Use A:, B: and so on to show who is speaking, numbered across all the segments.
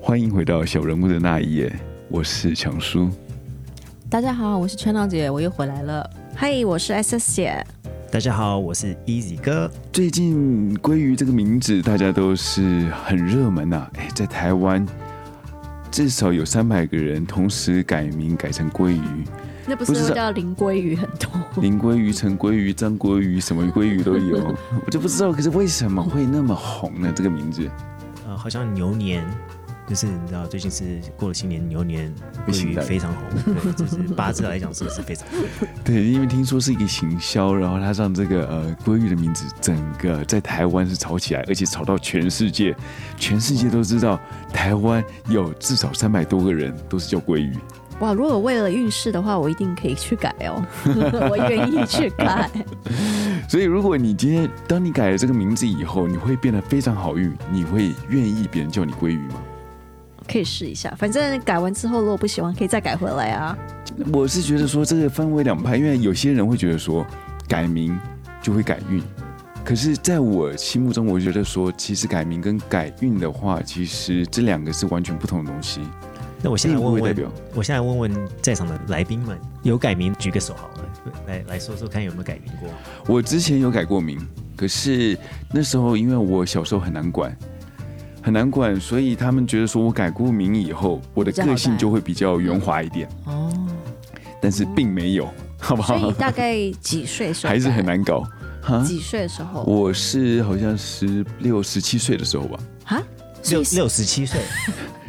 A: 欢迎回到小人物的那一页，我是强叔。
B: 大家好，我是圈浪姐，我又回来了。
C: 嗨，我是 SS 姐。
D: 大家好，我是 Easy 哥。
A: 最近鲑鱼这个名字大家都是很热门呐、哎，在台湾至少有三百个人同时改名改成鲑鱼，
C: 那不
A: 不是
C: 是
A: 是
C: 叫林鲑鱼很多？
A: 林鲑鱼、陈鲑鱼、张鲑鱼，什么鲑鱼都有，我就不知道，可是为什么会那么红呢？这个名字
D: 呃，好像牛年，就是你知道最近是过了新年，牛年
A: 被
D: 鲑
A: 取
D: 鱼
A: 代
D: 非 常红，对，就是八字来讲是是非常红。
A: 对，因为听说是一个行销，然后他让这个呃鲑鱼的名字整个在台湾是炒起来，而且炒到全世界，全世界都知道台湾有至少三百多个人都是叫鲑鱼。
C: 哇，如果为了运势的话，我一定可以去改 哦，我愿意去改。
A: 所以，如果你今天当你改了这个名字以后，你会变得非常好运，你会愿意别人叫你鲑鱼吗？
C: 可以试一下，反正改完之后如果不喜欢，可以再改回来啊。
A: 我是觉得说这个分为两派，因为有些人会觉得说改名就会改运，可是在我心目中，我觉得说其实改名跟改运的话，其实这两个是完全不同的东西，
D: 那我现在
A: 并不
D: 问
A: 会代表。
D: 问，我现在问问在场的来宾们，有改名举个手好了，来来说说看有没有改名过。
A: 我之前有改过名，可是那时候因为我小时候很难管，很难管，所以他们觉得说我改过名以后，我的
B: 比较好
A: 个性
B: 带
A: 就会比较圆滑一点。
B: 哦，
A: 但是并没有，好不
C: 所以
A: 好
C: 你？大概几岁的时候？
A: 还是很。难搞哈。
C: 几岁的时候？
A: 我是好像十六、十七岁的时候吧，
C: 啊，所
D: 六
C: 以是
D: 六十七岁，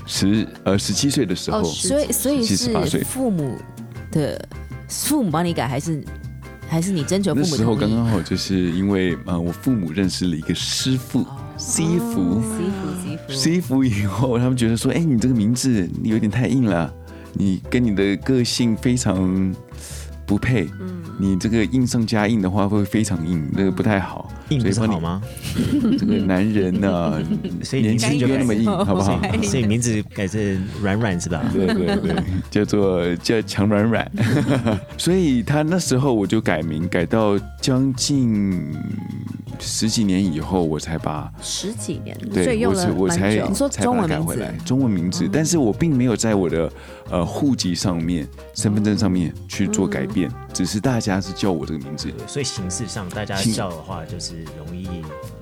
A: 十呃十七岁的时候
C: 哦，
B: 所以所以是
A: 78岁
B: 父母的父母帮你改，还是还是你征求父
A: 那
B: 母同意
A: 时候刚刚好就是因为呃我父母认识了一个师傅
B: 哦，
A: 师傅，
B: 西服西服
A: 师傅以后他们觉得说，哎，你这个名字你有点太硬了，你跟你的个性非常不配，
B: 嗯
A: 你这个硬上加硬的话会非常硬，那个不太好。
D: 硬不
A: 所以
D: 是
A: 帮你
D: 好吗？
B: 嗯
A: 这个男人呢，
D: 所以
A: 年
D: 你
A: 轻就
D: 该
A: 要那么硬，好不好？
D: 所以名字改成软软是吧？
A: 对对对，叫做叫强软软，所以他那时候我就改名，改到将近十几年以后，我才把
C: 十几年，所以
A: 对
C: 用
A: 我才
C: 了
A: 我
C: 蛮
A: 才
C: 久
B: 你。说
A: 才把它
B: 中文名字
A: 改回来中文名字，但是我并没有在我的呃户籍上面、身份证上面去做改变，只是大家是叫我这个名字。
D: 所以形式上大家
A: 形
D: 笑的话就是容易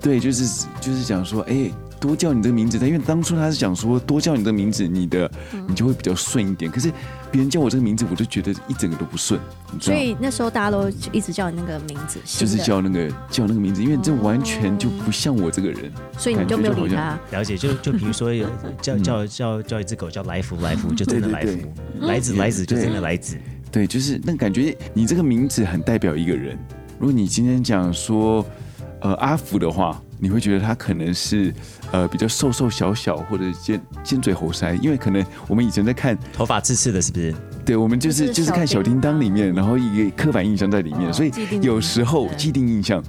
A: 对，就是就是讲说，哎、多叫你这个名字，但因为当初他是讲说多叫你这个名字，你的你就会比较顺一点。可是别人叫我这个名字，我就觉得一整个都不顺，你知
C: 所
A: 道吗？
C: 以那时候大家都一直叫你那个名字，
A: 就
C: 新
A: 是
C: 的，
A: 叫那个叫那个名字，因为这完全就不像我这个人。
C: 所以你就没有理他
A: 感。
D: 了解，就就比如说有叫叫叫叫一只狗叫来福，来福就真
A: 嗯
D: 的
A: 对
D: 来
A: 对嗯
D: 福，来子来子就真的
A: 对
D: 来子。
A: 对，就是那感觉，你这个名字很代表一个人。如果你今天讲说，呃，阿福的话，你会觉得他可能是呃比较瘦瘦小小，或者尖尖嘴猴腮，因为可能我们以前在看
D: 头发刺刺的，是不是？
A: 对，我们就是
C: 就是
A: 就是看《小
C: 小
A: 叮
C: 叮
A: 当》
C: 当
A: 里面，然后一个刻板印象在里面，
B: 哦
A: 所以
B: 既定印象
A: 有时候
B: 对
A: 既定印象，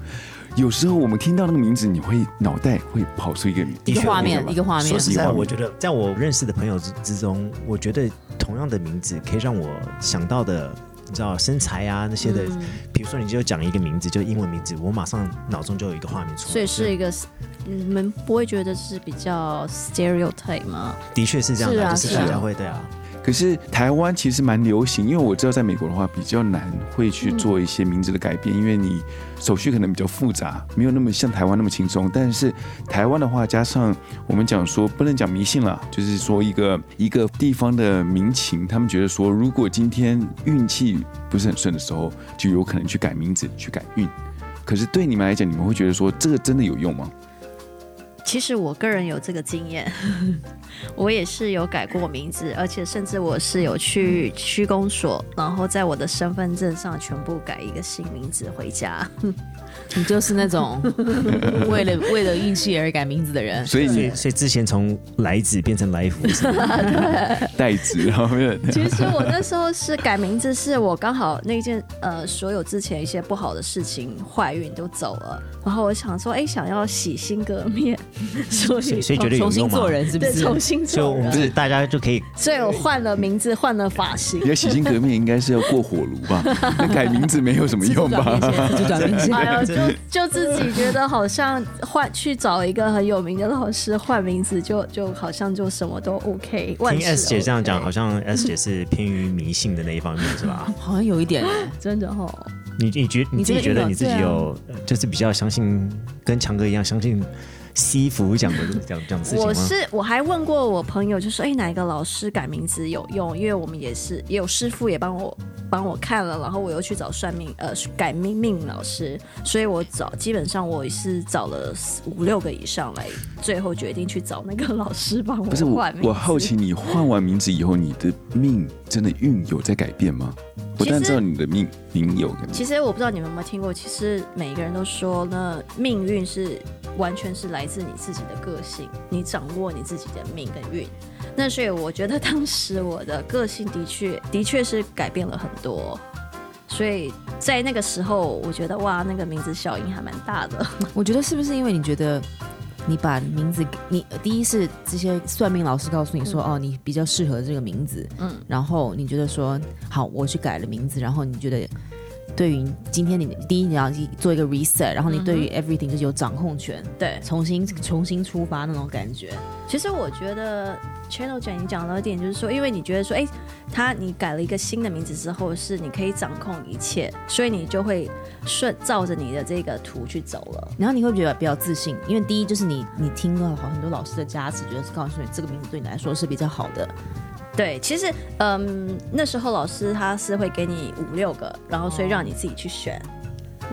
A: 有时候我们听到那个名字，你会脑袋会跑出一个
B: 一个画面
A: 吧
B: 一个
C: 啊
B: 画面
A: 说
D: 实
A: 实
D: 在，
A: 话，
D: 我觉得在我认识的朋友之之中，我觉得同样的名字可以让我想到的，你知道身材啊那些的，
C: 嗯
D: 比如说你就讲一个名字，就英文名字，我马上脑中就有一个画面出来。
C: 所以是一个，你们不会觉得是比较 stereotype 吗？
D: 的确是这样
B: 是
D: 的，
B: 啊
D: 就是
B: 是啊
D: 大家会对啊，
A: 可是台湾其实蛮流行，因为我知道在美国的话比较难会去做一些名字的改变，因为你手续可能比较复杂，没有那么像台湾那么轻松。但是台湾的话，加上我们讲说不能讲迷信了，就是说一个一个地方的民情，他们觉得说，如果今天运气不是很顺的时候，就有可能去改名字去改运。可是对你们来讲，你们会觉得说这个真的有用吗？
C: 其实我个人有这个经验， 我也是有改过名字，而且甚至我是有去区公所，然后在我的身份证上全部改一个新名字回家。
B: 你就是那种为了为了运气而改名字 的人。
A: 所以
D: 所
A: 你
D: 以所以之前从来子变成来福，是 吧
A: 代子，然后没有
C: 其实我那时候是改名字，是我刚好那件呃，所有之前一些不好的事情、坏运都走了，然后我想说，哎，想要洗心革面，所
D: 所
C: 以
D: 以所以觉得有
B: 重
D: 用
B: 新
D: 吗
B: 做？人是不
C: 对
B: 是？
C: 重新
D: 所以
C: 做
D: 我们
C: 人，
D: 是大家就可以
C: 所以我换了名字，换了发型
A: 你。 要洗心革面，应该是要过火炉吧？那改名字没有什么用吧？
B: 自转变现，自转变现。
C: 哎有， 就就自己觉得好像换去找一个很有名的老师换名字就，就好像就什么都 OK 万
D: 听
C: 事
D: S 姐这样讲，好
C: 像
D: 像 S 姐是偏于迷信的那一方面，是吧？
B: 好像有一点哎
C: 真的哦，
D: 你你觉你自己觉得你自己
C: 啊
D: 有，呃就是比较相信，跟强哥一样相信西服讲的讲讲事情
C: 我
D: 吗？
C: 是我还问过我朋友，就说哎、诶哪一个老师改名字有用？因为我们也是也有师傅也帮我帮我看了，然后我又去找算命呃改命命老师，所以我找基本上我是找了四五六个以上来，最后决定去找那个老师帮
A: 不是我
C: 换，名字。
A: 我好奇你换完名字以后，你的命真的运有在改变吗？不但
C: 其实
A: 知道你的命灵有改变，
C: 其实我不知道你们有没有听过，其实每个人都说呢，命运是完全是来自你自己的个性，你掌握你自己的命跟运。那所以我觉得当时我的个性的确的确是改变了很多，所以在那个时候，我觉得哇，那个名字效应还蛮大的。
B: 我觉得是不是因为你觉得你把名字给你呃第一是这些算命老师告诉你说、哦你比较适合这个名字，嗯
C: 嗯，
B: 然后你觉得说好我去改了名字，然后你觉得对于今天你第一你要做一个 reset，然后你对于 everything 就是有掌控权，
C: 对，
B: 重新重新出发那种感觉，
C: 其实我觉得 Channel 讲你讲到一点，就是说，因为你觉得说，哎，他你改了一个新的名字之后，是你可以掌控一切，所以你就会顺照着你的这个图去走了。
B: 然后你会觉得比较自信，因为第一就是你你听了好很多老师的加持，觉得是告诉你这个名字对你来说是比较好的，
C: 对，其实嗯，那时候老师他是会给你五六个，然后所以让你自己去选。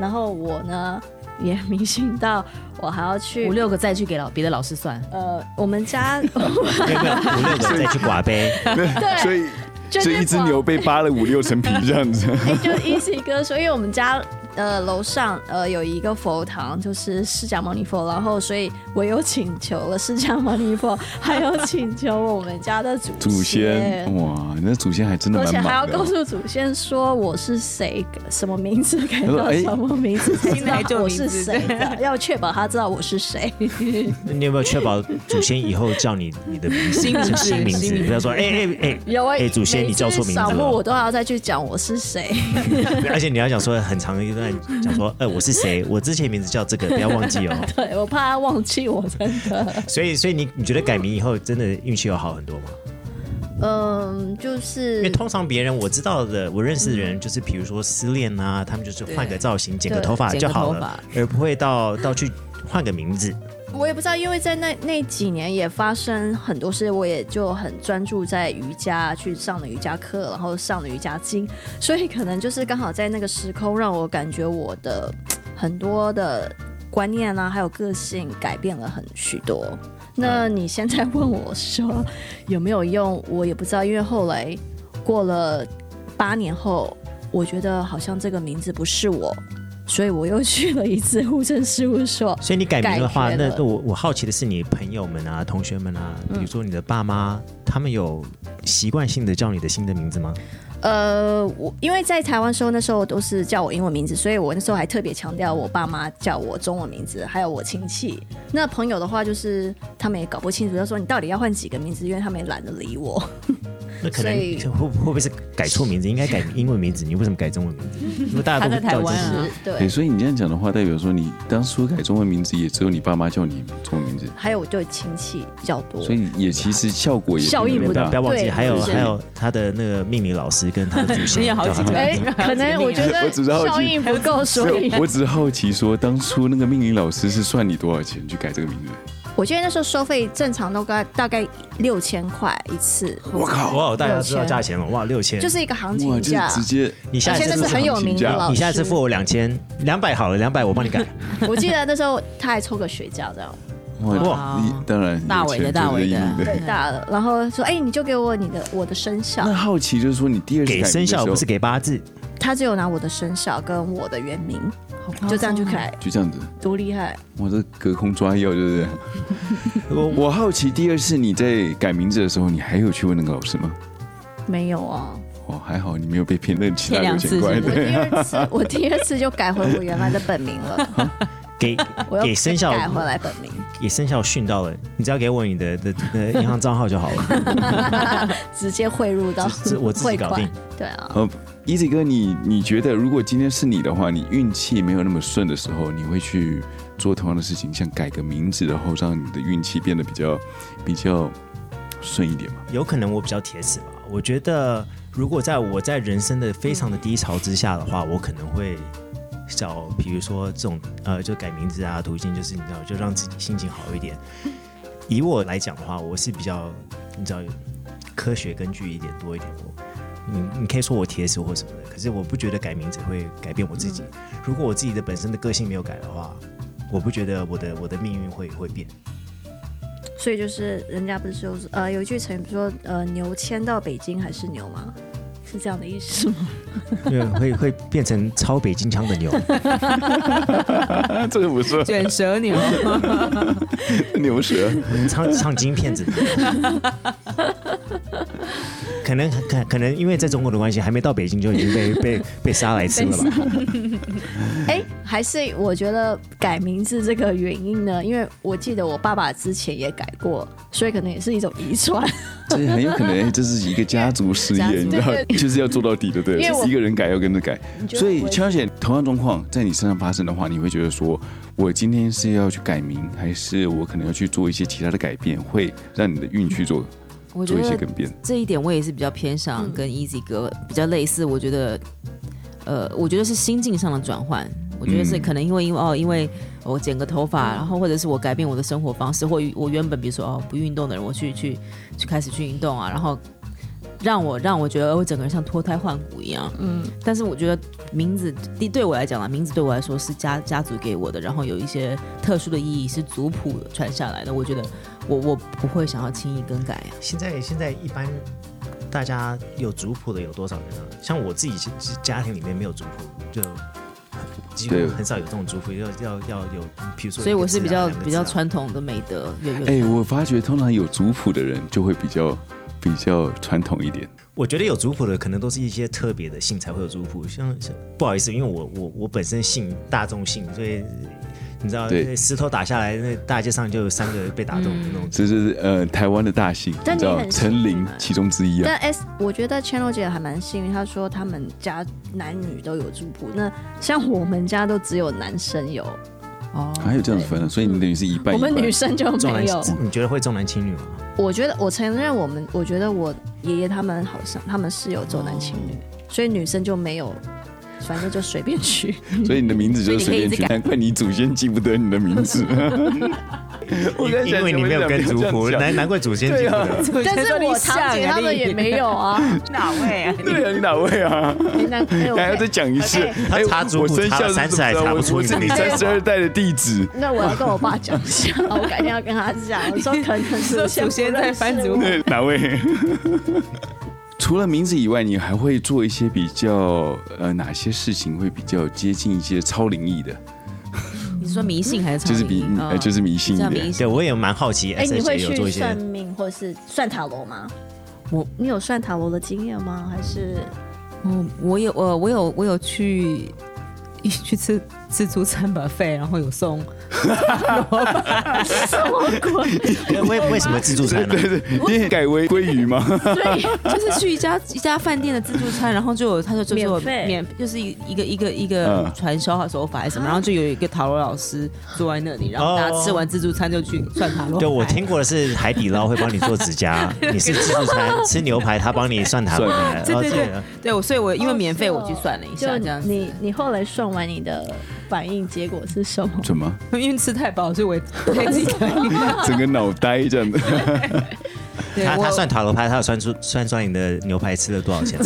C: 然后我呢也迷信到我还要去
B: 五六个再去给老别的老师算，
C: 呃，我们家
D: 要不要五六个再去寡杯？
C: 对
A: 所以
C: 就是
A: 所以一只牛被扒了五六层皮这样 子。
C: 就一起哥说，因为我们家呃楼上呃有一个佛堂，就是释迦牟尼佛，然后所以我有请求了释迦牟尼佛，还有请求我们家的祖
A: 祖先， 哇，那祖先还真的
C: 而
A: 蛮
C: 且还要
A: 忙
C: 告
A: 的。
C: 诉祖先说我是谁，什么名字给
A: 他说
C: 到
A: 哎
C: 什么名字，才知
B: 听来就
C: 道我
B: 名
C: 是
B: 字
C: 谁的，要确保他知道我是谁。
D: 那你有没有确保祖先以后叫你你的名字
B: 新名字
D: 新名字
B: 新名？字
D: 不要说哎哎哎，
C: 有啊，
D: 哎祖先你叫错名字
C: 每次扫
D: 了
C: 墓我都要再去讲我是谁。
D: 而且你要讲说很长一段，讲说，呃，我是谁？我之前名字叫这个，不要忘记哦。
C: 对我怕他忘记我，真的。
D: 所以，所以你你觉得改名以后真的运气有好很多吗？
C: 嗯，就
D: 因为
C: 是
D: 通常别人我知道的，我认识的人就是，比如说失恋啊，他们就是换个造型、剪个头发
B: 对
D: 就好
B: 剪个
D: 了，而不会到到去换个名字。
C: 我也不知道，因为在那那几年也发生很多事，我也就很专注在瑜伽，去上了瑜伽课，然后上了瑜伽经，所以可能就是刚好在那个时空，让我感觉我的嗯很多的观念啊，还有个性改变了很许多。那你现在问我说有没有用，我也不知道，因为后来过了八年后，我觉得好像这个名字不是我，所以我又去了一次户政事务所。
D: 所以你改名的话，
C: 改学
D: 那
C: 了
D: 那我我好奇的是，你朋友们啊、同学们啊，比如说你的爸妈，他们有习惯性的叫你的新的名字吗？
C: 呃，我因为在台湾时候，那时候都是叫我英文名字，所以我那时候还特别强调我爸妈叫我中文名字，还有我亲戚。那朋友的话，就是他们也搞不清楚，就说你到底要换几个名字，因为他们也懒得理我。
D: 那可
C: 所
D: 能
C: 以
D: 会会不会是改错名字？应该改英文名字，你为什么改中文名字？因为大家都
B: 他在台
D: 叫你
B: 湾
D: 自己
B: 啊
C: 是
A: 对，
C: 对，
A: 所以你这样讲的话，代表说你当初改中文名字，也只有你爸妈叫你中文名字，
C: 还有我对亲戚比较多，
A: 所以也其实效果也
C: 效益
A: 并没有
C: 不
D: 不要
A: 大
D: 不。要忘记，
C: 对
D: 还有
C: 是
D: 还有他的那个命理老师跟他的祖先
B: 你有好几
D: 叫他
B: 个
D: 们
C: 哎、可能我觉
A: 我
C: 得
A: 只是好奇
C: 效应不够，所以
A: 我只是好奇说，当初那个命理老师是算你多少钱去改这个名字？
C: 我记得那时候收费正常都大大概六千块一次，
A: 我靠！
D: 哇，大家知道价钱了，哇，六千，
C: 就是一个行
A: 哇，
C: 情
A: 就是
C: 价。
A: 直接
D: 你下
C: 而
D: 一
B: 啊
C: 且
D: 次
C: 那是
D: 付
C: 很有名的老师，
D: 你下一次付我两千，两百好了，两百我 帮你改。
C: 我记得那时候他还抽个学假这样，
A: 哇！
B: 哇
A: 你当然
B: 大
A: 有
B: 伟
A: 钱
B: 的大
A: 就是
B: 伟的
A: 硬
C: 对，
D: 嗯
C: 大了，然后说，哎、你就给我你的我的生肖
A: 那，好奇就是说，你第二次改
D: 给
A: 名的
D: 生肖
A: 时候
D: 不是给八字，
C: 他只有拿我的生肖跟我的原名，
B: 好
D: 哦
B: 夸张啊
C: 就这样去改，
A: 就这样子，
C: 多厉害！
A: 哇，这隔空抓药，对不 对？我我好奇，第二次你在改名字的时候，你还有去问那个老师吗？
C: 没有啊，
A: 哇，还好你没有被骗，那其他六
B: 骗两
A: 千
B: 次
A: 块
B: 是不
A: 的
B: 是
C: 我第二次我第二次就改回我原来的本名了，
D: 给
C: 我要
D: 给生效
C: 改回来本名
D: 给生效训到了，你只要给我你的的的银行账号就好了，
C: 直接汇入到
D: 这这我自己
C: 汇款
D: 搞定。
C: 对啊，
A: 呃，一子哥，你你觉得如果今天是你的话，你运气没有那么顺的时候，你会去做同样的事情，像改个名字，然后让你的运气变得比较比较顺一点吗？
D: 有可能我比较铁齿吧。我觉得如果在我在人生的非常的低潮之下的话，我可能会找，比如说这种呃，就改名字啊，途径就是你知道，就让自己心情好一点。以我来讲的话，我是比较你知道科学根据一点多一点我。你你可以说我铁齿或什么的，可是我不觉得改名字会改变我自己。如果我自己的本身的个性没有改的话，我不觉得我的我的命运会会变。
C: 所以就是人家不是说呃有一句成语说呃牛迁到北京还是牛吗？是这样的意思吗？
D: 因为会会变成超北京腔的 牛，
A: 啊， 这个不错，
B: 卷舌牛，
A: 牛舌。
D: 唱唱金片 子。可能可可能因为在中国的关系，还没到北京就已经 被被被杀来吃了吧？
C: 哎，还是我觉得改名字这个原因呢，因为我记得我爸爸之前也改过，所以可能也是一种遗传。
A: 这很有可能，哎这是一个家族事业，
C: 家族
A: 你知道，就是要做到底的，对
C: 因为我
A: 了，一个人改要跟着改。
C: 觉得
A: 所以
C: 我，
A: 乔姐，同样状况在你身上发生的话，你会觉得说，我今天是要去改名，还是我可能要去做一些其他的改变，会让你的运去做
B: 我觉
A: 做一些
B: 得
A: 更变？
B: 这一点我也是比较偏向跟 Easy 哥比较类似，我觉得，呃，我觉得是心境上的转换。我觉得是
A: 嗯
B: 可能因为因为哦，因为我剪个头发，然后或者是我改变我的生活方式，或我原本比如说哦不运动的人，我去去去开始去运动啊，然后让我让我觉得哦我整个人像脱胎换骨一样。
C: 嗯，
B: 但是我觉得名字对对我来讲啊，名字对我来说是家家族给我的，然后有一些特殊的意义是族谱传下来的。我觉得我我不会想要轻易更改啊。
D: 现在现在一般大家有族谱的有多少人呢？像我自己是是家庭里面没有族谱，就几乎
A: 对
D: 很少有这种族谱，要要要有，比如说一个字啊，
B: 所以我是比较
D: 两个字啊
B: 比较传统的美德，有 有、
A: 哎，我发觉通常有族谱的人就会比较比较传统一点。
D: 我觉得有族谱的可能都是一些特别的姓才会有族谱，像像不好意思，因为我我我本身姓大众姓，所以你知道
A: 对
D: 那石头打下来，那大街上就有三个被打中的那
C: 嗯
D: 种。
A: 这是呃台湾的大姓，
C: 但
A: 你知
C: 你
A: 道
C: 很幸
A: 陈
C: 运
A: 琳
C: 啊
A: 其中之一啊。
C: 但 S，我觉得 Channel 姐还蛮幸运，她说他们家男女都有族谱，那像我们家都只有男生有，
B: 哦，
A: 还有这样的分啊，所以你等于是一半
C: 我
A: 一半
C: 们。女生就
D: 重
C: 没
D: 男
C: 有。
D: 轻，你觉得会重男轻女吗？
C: 我觉得我承认我们，我觉得我爷爷他们好像他们是有重男轻女，
D: 哦
C: 所以女生就没有，反正就随便取。
A: 所以你的名字就是
B: 所以
A: 随
B: 你可以
A: 便
B: 一直
A: 取，
B: 改
A: 难怪你祖先记不得你的名 字。我在
D: 因
A: 想
D: 因为你没有跟族谱，难难怪祖先记不
A: 啊
D: 得。
C: 但是我堂姐他们也没 有啊，
B: 哪位啊？
A: 对啊，你哪位啊？
C: 没难哎
A: 还要
C: 我
A: 再讲一次，
D: 他
A: 哎
D: 查族谱
A: 我生
D: 查
A: 肖
D: 了
A: 是
D: 三
A: 怎
D: 次还
A: 么
D: 查
A: 着
D: 不
A: 我
D: 出
A: 我
D: 你
A: 是
D: 的
A: 你
D: 名字
A: 三十二代的地址。
C: 那我要跟我爸讲一 下，我改天要跟他讲，我说可能是
B: 说祖先在翻族谱
A: 对， 哪位？除了名字以外，你还会做一些比较呃哪些事情会比较接近一些超灵异的，
B: 你是说迷信还是
A: 就是比
B: 嗯
C: 哦
A: 呃就是迷信一
B: 这样迷
A: 点。
B: 信
D: 对，我也蛮好奇
C: 哎，
D: ，S
C: 你
D: H
C: 会
D: 有做
C: 去
D: 一些
C: 算命或是算塔罗吗？
B: 我
C: 你有算塔罗的经验吗？还是
B: 嗯，我有呃，我有我有去 去吃自助餐吧费，然后有送萝卜，
D: 为为为什么自助餐 呢
A: 对？对，对你也改为鲑鱼吗？
B: 就是去一家一家饭店的自助餐，然后就有他说就是有
C: 免费
B: 免就是一一个一个一个
A: 嗯
B: 传销手法还是什么，然后就有一个塔罗老师坐在那里，然后大
A: 哦
B: 家吃完自助餐就去算塔罗牌。
D: 对，我听过的是海底捞会帮你做指 甲，你是自助餐吃牛排，他帮你算塔罗牌。
B: 对对
D: 哦
B: 对对，我所以我因为
C: 哦
B: 免费
C: 是
B: 我去
C: 哦
B: 算了一
C: 就
B: 下，这样子，
C: 你你后来算完你的反应结果是什么？
A: 什么？
B: 因为吃太饱，所以我也不太记得。
A: 整个脑呆这样子。
B: 对，
D: 他他
B: 我
D: 算塔罗牌，他有算出算出来你的牛排吃了多少钱？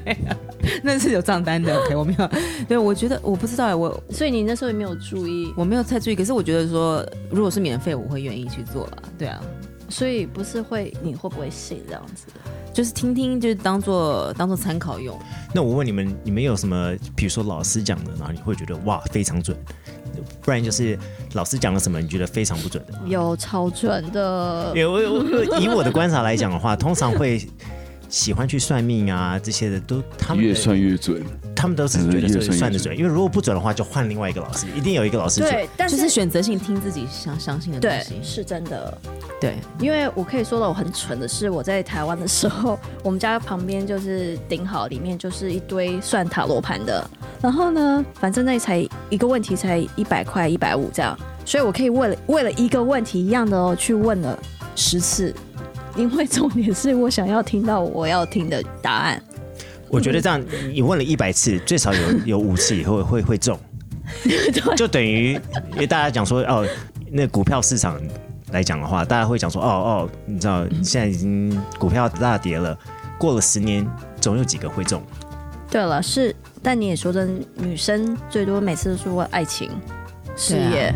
B: 那是有账单 的，OK，我没有。对，我觉得我不知道哎，我
C: 所以你那时候也没有注意，
B: 我没有太注意，可是我觉得说，如果是免费，我会愿意去做了。对啊，
C: 所以不是会你会不会信这样子？
B: 就是听听，就是当做当做参考用。
D: 那我问你们，你们有什么，比如说老师讲的，然后你会觉得哇非常准，不然就是老师讲了什么你觉得非常不准的？
C: 有超准的
D: 因，为我我我以我的观察来讲的话，通常会喜欢去算命啊这些的，都他们 的
A: 越算越 准。
D: 他们都是觉
A: 越
D: 得这
A: 算越
D: 个算得
A: 准
D: 准，因为如果不准的话，就换另外一个老师，一定有一个老师准。
C: 对，但
B: 就是选择性听自己想相信的东
C: 对
B: 西。
C: 是真的。
B: 对，
C: 因为我可以说的，我很蠢的是，我在台湾的时候，我们家旁边就是顶好，里面就是一堆算塔罗盘的。然后呢，反正那才一个问题才一百块、一百五这样，所以我可以为了为了一个问题一样的哦去问了十次，因为重点是我想要听到我要听的答案。
D: 我觉得这样，你问了一百次，最少 有有五次以后会会中，就等于因为大家讲说哦，那股票市场来讲的话，大家会讲说哦哦，你知道现在已经股票大跌了，过了十年总有几个会中。
C: 对了，是，但你也说真，女生最多每次都说爱情、事
B: 对啊
C: 业，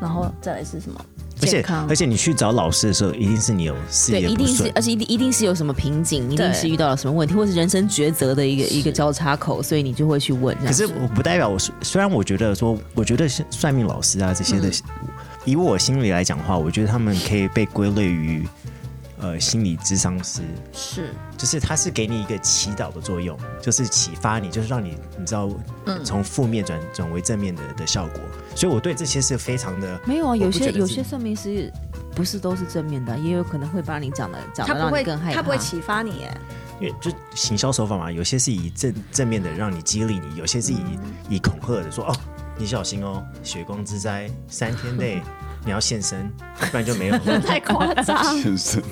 C: 然后再来是什么？
D: 而且
C: 健康
D: 而且你去找老师的时候，一定是你有事
B: 对，
D: 业
B: 一
D: 不
B: 定是哎
D: 顺，，
B: 而且一定一定是有什么瓶颈，一定
C: 对
B: 是遇到了什么问题，或是人生抉择的一个一个交叉口，所以你就会去问。这
D: 可
B: 样
D: 是我不代表我是，虽然我觉得说，我觉得是算命老师啊这些的，
B: 嗯
D: 以我心里来讲的话，我觉得他们可以被归类于呃心理智商师，
C: 是
D: 就是他是给你一个祈祷的作用，就是启发你，就是让你你知道从负面转转为正面的的效果。所以我对这些是非常的
B: 没有啊，
D: 我不
B: 有
D: 觉
B: 些
D: 得是
B: 有些算命师不是都是正面的，啊也有可能会把你讲的讲
C: 他
B: 的
C: 不
B: 让
C: 会，
B: 你更害怕。
C: 他不会启发你耶。
D: 因为就行销手法嘛，有些是以正正面的让你激励你，有些是以、以恐吓的说哦，你小心哦，血光之灾，三天内你要现身，不然就没有。
C: 太夸 张，
A: 先生，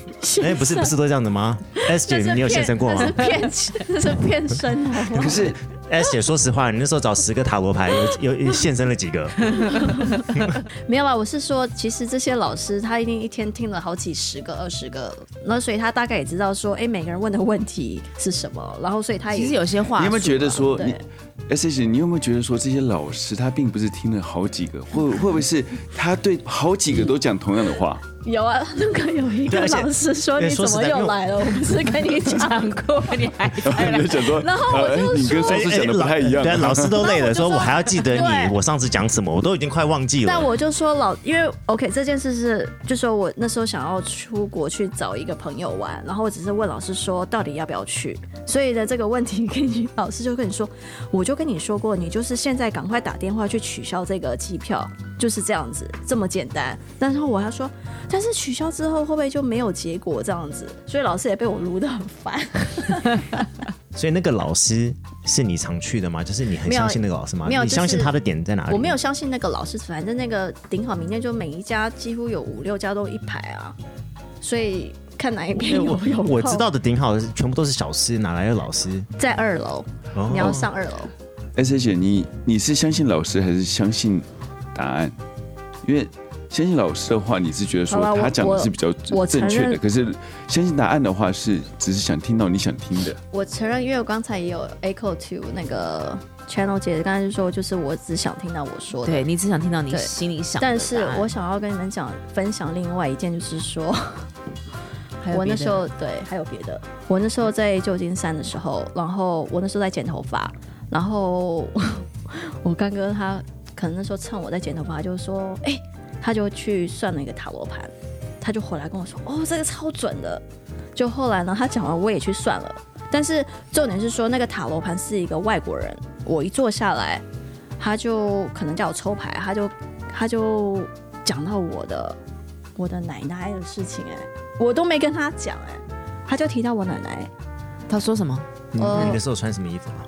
D: 哎，不是不是都这样的吗？S
C: 这是
D: 姐，你有现身过吗
C: 这是骗，这是骗哦身好不好
D: 可是 S 姐，说实话，你那时候找十个塔罗牌，有有有现身了几个？
C: 没有啦，啊我是说，其实这些老师他一定一天听了好几十个、二十个，那所以他大概也知道说，哎，每个人问的问题是什么，然后所以他也
B: 其实有些话术啊，
A: 你有没有觉得说
C: 对
A: 你？S H，你有没有觉得说这些老师他并不是听了好几个， 会会不会是他对好几个都讲同样的话？
C: 有啊，那个有一个
D: 对而且
C: 老师说
D: 因为
C: 你怎
D: 说实
C: 么
D: 在
C: 又来了，我不是跟你讲过，你还
A: 你 就想说，
C: 啊然后我就
A: 呃你跟
C: 说
A: 上次讲的不太一样
D: 对，。哎老师都累了，
C: 说
D: 说 我还要记得
C: 对
D: 你，我上次讲什么，我都已经快忘记了。
C: 但我就说老，因为 OK 这件事是，就说我那时候想要出国去找一个朋友玩，然后我只是问老师说到底要不要去，所以呢这个问题跟你老师就跟你说，我就跟你说过，你就是现在赶快打电话去取消这个机票，就是这样子，这么简单。但是我还说，但是取消之后会不会就没有结果这样子？所以老师也被我撸得很烦。
D: 所以那个老师是你常去的吗？就是你很
C: 没有
D: 相信那个老师吗？
C: 没有
D: 你相信
C: 就是
D: 他的点在哪里？
C: 我没有相信那个老师，反正那个顶好名店就每一家几乎有五六家都一排啊，所以看哪一边
D: 因为
C: 有
D: 我
C: 有
D: 我
C: 空
D: 知道的顶好是全部都是小师，哪来的老师？
C: 在二楼，
D: 哦
C: 你要上二楼。
A: S H，你你是相信老师还是相信答案？因为相信老师的话，你是觉得说
C: 好吧我
A: 他讲的是比较
C: 我承
A: 正确的，
C: 认
A: 可是相信答案的话是只是想听到你想听的。
C: 我承认，因为我刚才也有 echo to 那个 channel 姐刚才就说，就是我只想听到我说的。
B: 对你只想听到你
C: 对
B: 心里想的答案，
C: 但是我想要跟你们讲，分享另外一件，就是说，
B: 还有
C: 我那
B: 别的
C: 时候对，还有别的。我那时候在旧金山的时候，然后我那时候在剪头发，然后我干哥他可能那时候趁我在剪头发，他就说，哎、他就去算了一个塔罗盘，他就回来跟我说，哦，这个超准的。就后来呢，他讲完我也去算了，但是重点是说那个塔罗盘是一个外国人，我一坐下来，他就可能叫我抽牌，他就他就讲到我的我的奶奶的事情、哎，我都没跟他讲，哎，他就提到我奶奶，
B: 他说什么？
D: 你
C: 呃
D: 你那时候穿什么衣服啊？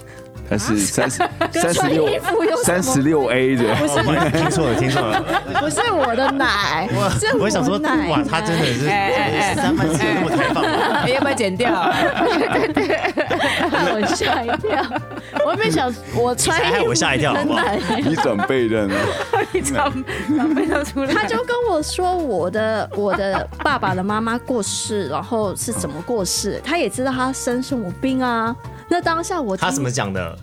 A: 他是三 十三十
C: 穿
A: 六
C: 衣服有什
A: 三十
C: 么？
A: 六 A 的，
D: 哦不好意思听错了，听错了。
C: 不是我的奶，哎是
D: 我想说，
C: 奶奶
D: 哇，他真的是三番四次那么开放吗，
B: 哎要不要剪掉？
C: 害我吓一跳，我还没想我穿
D: 还害
C: 衣服
D: 我吓一跳，好
C: 很
D: 不好？
C: 奶。
A: 你长辈的呢？
C: 他就跟我说我的我的爸爸的妈妈过世，然后是怎么过世，他也知道他生什么病啊。那当下我
D: 他
C: 听
D: 怎么讲的？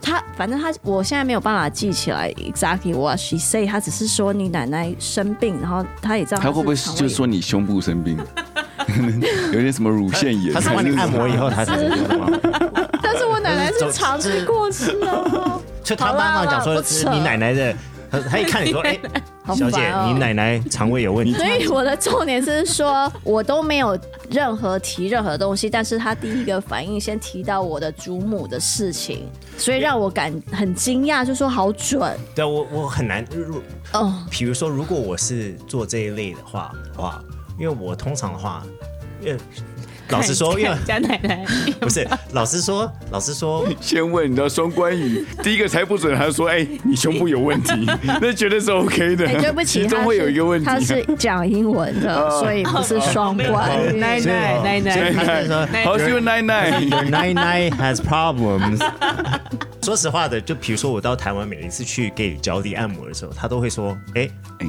C: 他反正他我现在没有办法记起来 exactly what she say，他只是说你奶奶生病，然后他也知道
A: 他会不会
C: 是肠胃
A: 就说你胸部生病， 有点什么乳腺炎？
D: 他是帮你按摩以后，他才知道的吗？
C: 炎？ 但是我奶 奶是长期过世的哦。
D: 就他妈妈讲
C: 好啦好啦
D: 说
C: 不扯
D: 你奶奶的，他他一看你说，哎，
C: 好
D: 小姐
C: 烦哦，
D: 你奶奶肠胃有问题
C: 所以我的重点是说，我都没有任何提任何东西，但是他第一个反应先提到我的祖母的事情，所以让我感很惊讶，就说好准
D: 对我我很难，如
C: 哦，
D: 比如说如果我是做这一类的话，哇，因为我通常的话，因为老实 说，因为
B: 家奶奶
D: 不是老实说，老实说，
A: 先问你知道双关语，第一个才不准，他说：“哎、你胸部有问题。” 那绝对是 OK 的。
C: 哎、对不起，
A: 其中
C: 他
A: 会有一个问题。啊哦
C: 他是讲英文 的，所以不是双关
B: 哦
C: 语。
B: 奶奶奶
D: 所以
B: 奶，
D: 他就说
B: 奶奶
A: 好，是因为奶奶。
E: Your nine nine has problems.
D: 说实话的，就比如说我到台湾，每一次去给脚底按摩的时候，他都会说：“哎、
A: 哎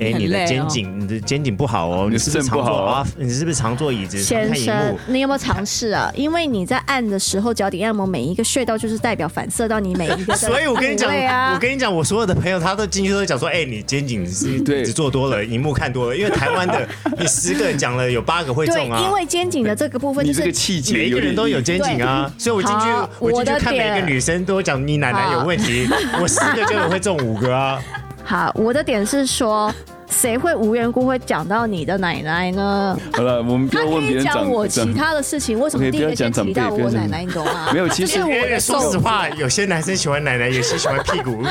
D: 哎、
B: 很
D: 你
B: 累
D: 的
B: 哦
D: 肩颈，你的肩颈不好哦，
A: 你的
D: 你是不是
A: 肾
D: 常
A: 不好
D: 坐
A: 哦
D: 啊？你是不是常坐椅子？常
C: 先
D: 看荧
C: 生
D: 幕，
C: 你有没有尝试啊？因为你在按的时候，脚底按摩每一个穴道就是代表反射到你每一个。
D: 所以我跟你讲，
C: 对啊
D: 我跟你讲，我所有的朋友他都进去都会讲说：“哎、你肩颈是
A: 对
D: 椅子坐多了，荧幕看多了。”因为台湾的你十个讲了有八个会
C: 对，
D: 中啊
C: 因。为肩颈的这个部分
A: 你
C: 就
A: 这个
C: 是
A: 气
D: 每
A: 节
D: 一
A: 有
D: 个
A: 点
D: 人都有肩颈啊，所以我进去
C: 好，
D: 我进
C: 我
D: 去
C: 的
D: 看每
C: 点
D: 一个女生都讲你奶奶有问题，我十个就有会中五个啊。
C: 好，我的点是说， 谁会无缘故会讲到你的奶奶呢？
A: 好了，我们不
C: 他
A: 要
C: 可
A: 问别
C: 以
A: 人
C: 讲
A: 长
C: 我
A: 长
C: 其他的事情，为什么
A: OK，
C: 第一个先提到
A: 不要讲
C: 我
A: 长辈
C: 奶奶？你懂吗？
A: 没有其实
C: 这是 我的
D: 说实
C: 重
D: 话，有些男生喜欢奶奶，有些喜欢 屁股。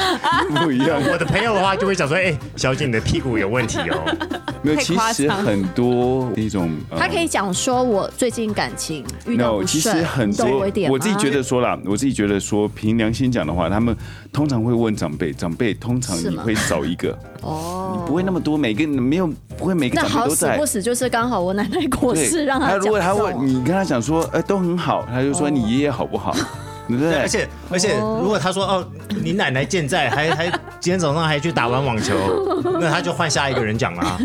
A: 不一 样。
D: 我的朋友的话就会讲说：“哎、小姐，你的屁股有问题 哦。
A: 没有，
B: 太
A: 其
B: 夸
A: 实
B: 张了
A: 很多一种，呃
C: 他可以讲说我最近感情遇到
A: no，
C: 不
A: 其实
C: 顺，
A: 很
C: 你懂
A: 多
C: 我一点，吗
A: 我自己觉得说啦，我自己觉得说，凭良心讲的话，他们通常会问长辈，长辈通常
C: 是
A: 你
C: 吗
A: 会少一个，
C: 哦，
A: 不会那么多，每个没有不会每个
C: 那
A: 长辈
C: 好
A: 都
C: 死
A: 在
C: 不。死就是刚好我奶奶过
A: 对
C: 世，让他
A: 如果他
C: 讲中
A: 问你跟他讲说，哎，都很好，他
C: 哦
A: 就说你爷爷好不好， 对不”对
D: 而？且而且，如果他说：“哦，你奶奶健在，还 还今天早上还去打完网球， 那他就换下一个人讲了、啊。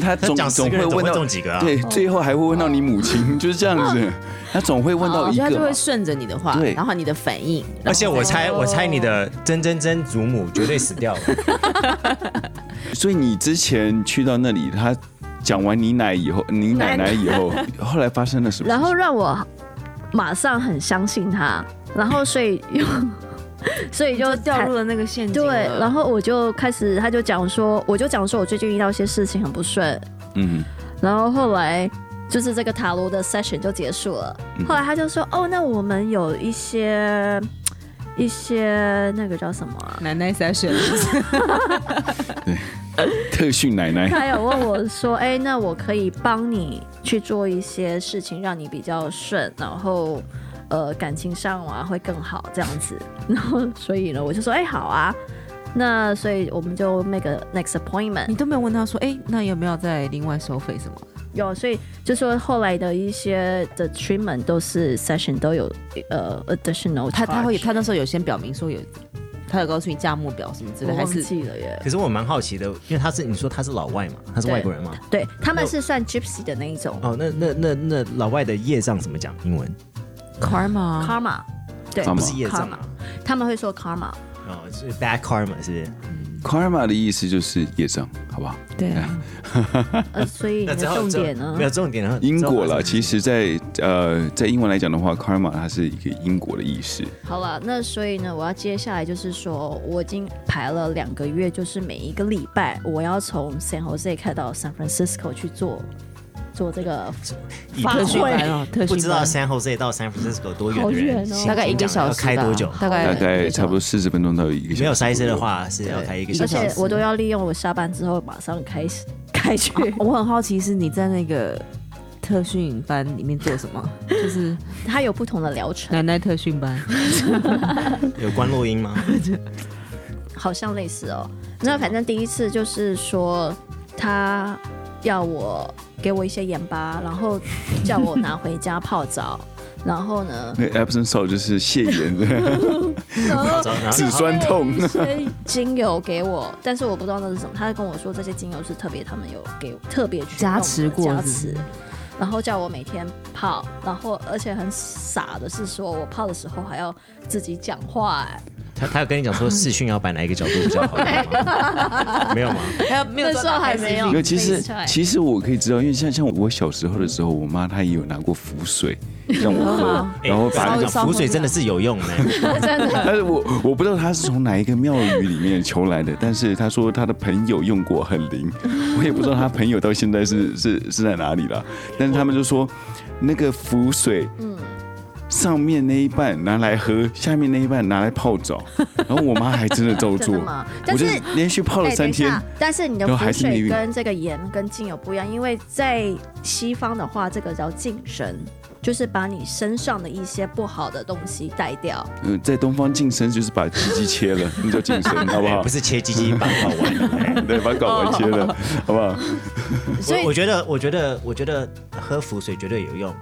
A: 他他总
D: 讲十
A: 总
D: 个
A: 会
D: 人总
A: 问
D: 会
A: 到
D: 中几个啊
A: 对，最后还会问到你母亲，就是这样子，他总会问 到
B: 我
A: 一
B: 觉哦得他
A: 个
B: 就
A: 嘛
B: 会。顺着你的话，
A: 对
B: 然后你的反应，然后
D: 而且我猜，
C: 哦
D: 我猜你的曾曾曾祖母绝对死掉了。
A: 所以你之前去到那里，他讲完你奶以后，你奶奶以后， 后来发生了什么事情？
C: 然后让我马上很相信他，然后所以又 所以就
B: 就掉
C: 谈
B: 入了那个陷阱了。
C: 对，然后我就开始，他就讲说，我就讲说我最近遇到一些事情很不顺，
A: 嗯，
C: 然后后来就是这个塔罗的 session 就结束了。后来他就说，哦，那我们有一些一些那个叫什么啊？
B: 奶奶 session，
A: 特训奶奶，
C: 他有问我说，哎，那我可以帮你去做一些事情，让你比较顺，然后。呃，感情上啊会更好这样子， 然后所以呢，我就说，哎、好啊，那所以我们就 make a next appointment
B: 你。都没有问他说，哎，那有没有再另外收费什么？
C: 有，所以就说后来的一些的 treatment 都是 session 都有呃 additional，
B: 他他
C: charge
B: 会他那时候有先表明说有，他有告诉你价目表什么之类，
C: 我
B: 还
C: 忘
B: 是
C: 记了耶。
D: 可是我蛮好奇的，因为他是你说他是老外嘛，他是外国人嘛？
C: 对他们是算 gypsy 的那一种
D: 哦，那那那那老外的业障怎么讲英文？
B: karma
C: karma，对，
A: Karma
D: 不是业障啊，
C: 他们会说 karma，
D: 哦，是 bad karma 是不是？
A: karma 的意思就是业障，好不好？
B: 对啊，
C: 呃，所以你的
D: 之后
C: 重
D: 之后
C: 点啊呢
D: 没？有重点啊呢，
A: 因果了，
D: 了。
A: 其实在，呃，在英文来讲的话，karma 它是一个因果的意思。
C: 好了，那所以呢，我要接下来就是说，我已经排了两个月，就是每一个礼拜我要从 San Jose 开到 San Francisco 去做做这个
D: 以
B: 特
C: 特
B: 训
C: 训
B: 班
C: 班
B: 哦，特训班
D: 不知道 San Jose 到 San Francisco 多远
C: 好
D: 的
C: 远
D: 人，
C: 哦
D: 请
B: 大概一个
D: 讲
B: 小
D: 要
B: 时吧，
D: 开多久？
B: 大概
A: 大概
B: 一个小时
A: 差不多四十分钟到一个小时。
D: 没有塞车的，话是
B: 对
D: 要开一个
B: 一
D: 小
B: 个
C: 而
D: 时。
B: 小
C: 且
B: 时
C: 我都要利用我下班之后马上开始开 去。
B: 我很好奇是你在那个特训班里面做什 么？就是
C: 它有不同的疗程，
B: 奶奶特训 班，
D: 有关录音吗？
C: 好像类似哦。那反正第一次就是说，他要我给我一些盐巴，然后叫我拿回家泡澡， 然后呢，
A: 那 Epsom salt 就是泻盐的
D: 好走然后
A: 止酸痛。
C: 一些精油给我，但是我不知道那是什么。他跟我说这些精油是特别他们有给我特别去
B: 加持过
C: 弄的加
B: 是
C: 持
B: 不是。
C: 然后叫我每天泡，然后而且很傻的是说，我泡的时候还要自己讲话、哎
D: 他他有跟你讲说视讯要摆哪一个角度比较好看吗？没有吗？
B: 还有没有
C: 那时候还嗯没哎有
A: 因为其实
C: FaceTime
A: 其实我可以知道，因为像像我小时候的时候，我妈她也有拿过符水让我
C: 哦
A: 喝， 然后把
D: 反
A: 那个
D: 正讲浮水真哎的是有用的，
A: 但是我我不知道他是从哪一个庙宇里面求来的，但是他说他的朋友用过很灵，我也不知道他朋友到现在是 是是在哪里了，但是他们就说那个符水，嗯。上面那一半拿来喝，下面那一半拿来泡澡， 然后我妈还真的照做
C: 真的吗，
A: 我
C: 但
A: 就是连续泡了
C: 哎，等
A: 三
C: 一
A: 天。
C: 下，但是你的
A: 然后还
C: 符
A: 是没
C: 水
A: 晕
C: 跟这个盐跟净油不一样，因为在西方的话，这个叫净身，就是把你身上的一些不好的东西带掉。
A: 嗯、在东方净身就是把鸡鸡切了，那叫净 身，好不好
D: 不？是切鸡鸡把搞完的。哎
A: 对，把睾丸切
B: 哦
A: 了，好不好？
C: 所
D: 我我
C: 以
D: 觉得，我觉得，我觉得喝浮水绝对有用。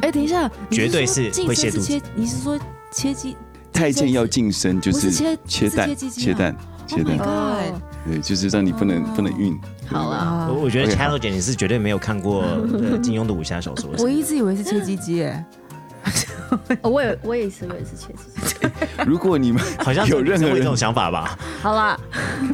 B: 哎，等一下，你
D: 绝对
B: 说
D: 是
B: 净
D: 会
B: 身
D: 泄
B: 是
D: 肚子
B: 切，你是说切鸡？
A: 太监要净身就
B: 不是切
A: 切
B: 不是
A: 蛋
B: 切鸡、鸡
A: 切
B: 吗
A: 蛋、
B: Oh
A: 切
B: my
A: 蛋。
B: god！哦
A: 对，就是让你不能、不能晕。
C: 好了，
B: 啊
D: 我，我觉得
A: OK，好
D: Channel 姐你是绝对没有看过呃金庸的武侠 小说。
B: 我一直以为是切鸡鸡，哎，嗯
C: 哦我也我也是我也是切记。
A: 如果你们
D: 好像
A: 有任何
D: 是会这
A: 人
D: 种想法吧？
C: 好 啦，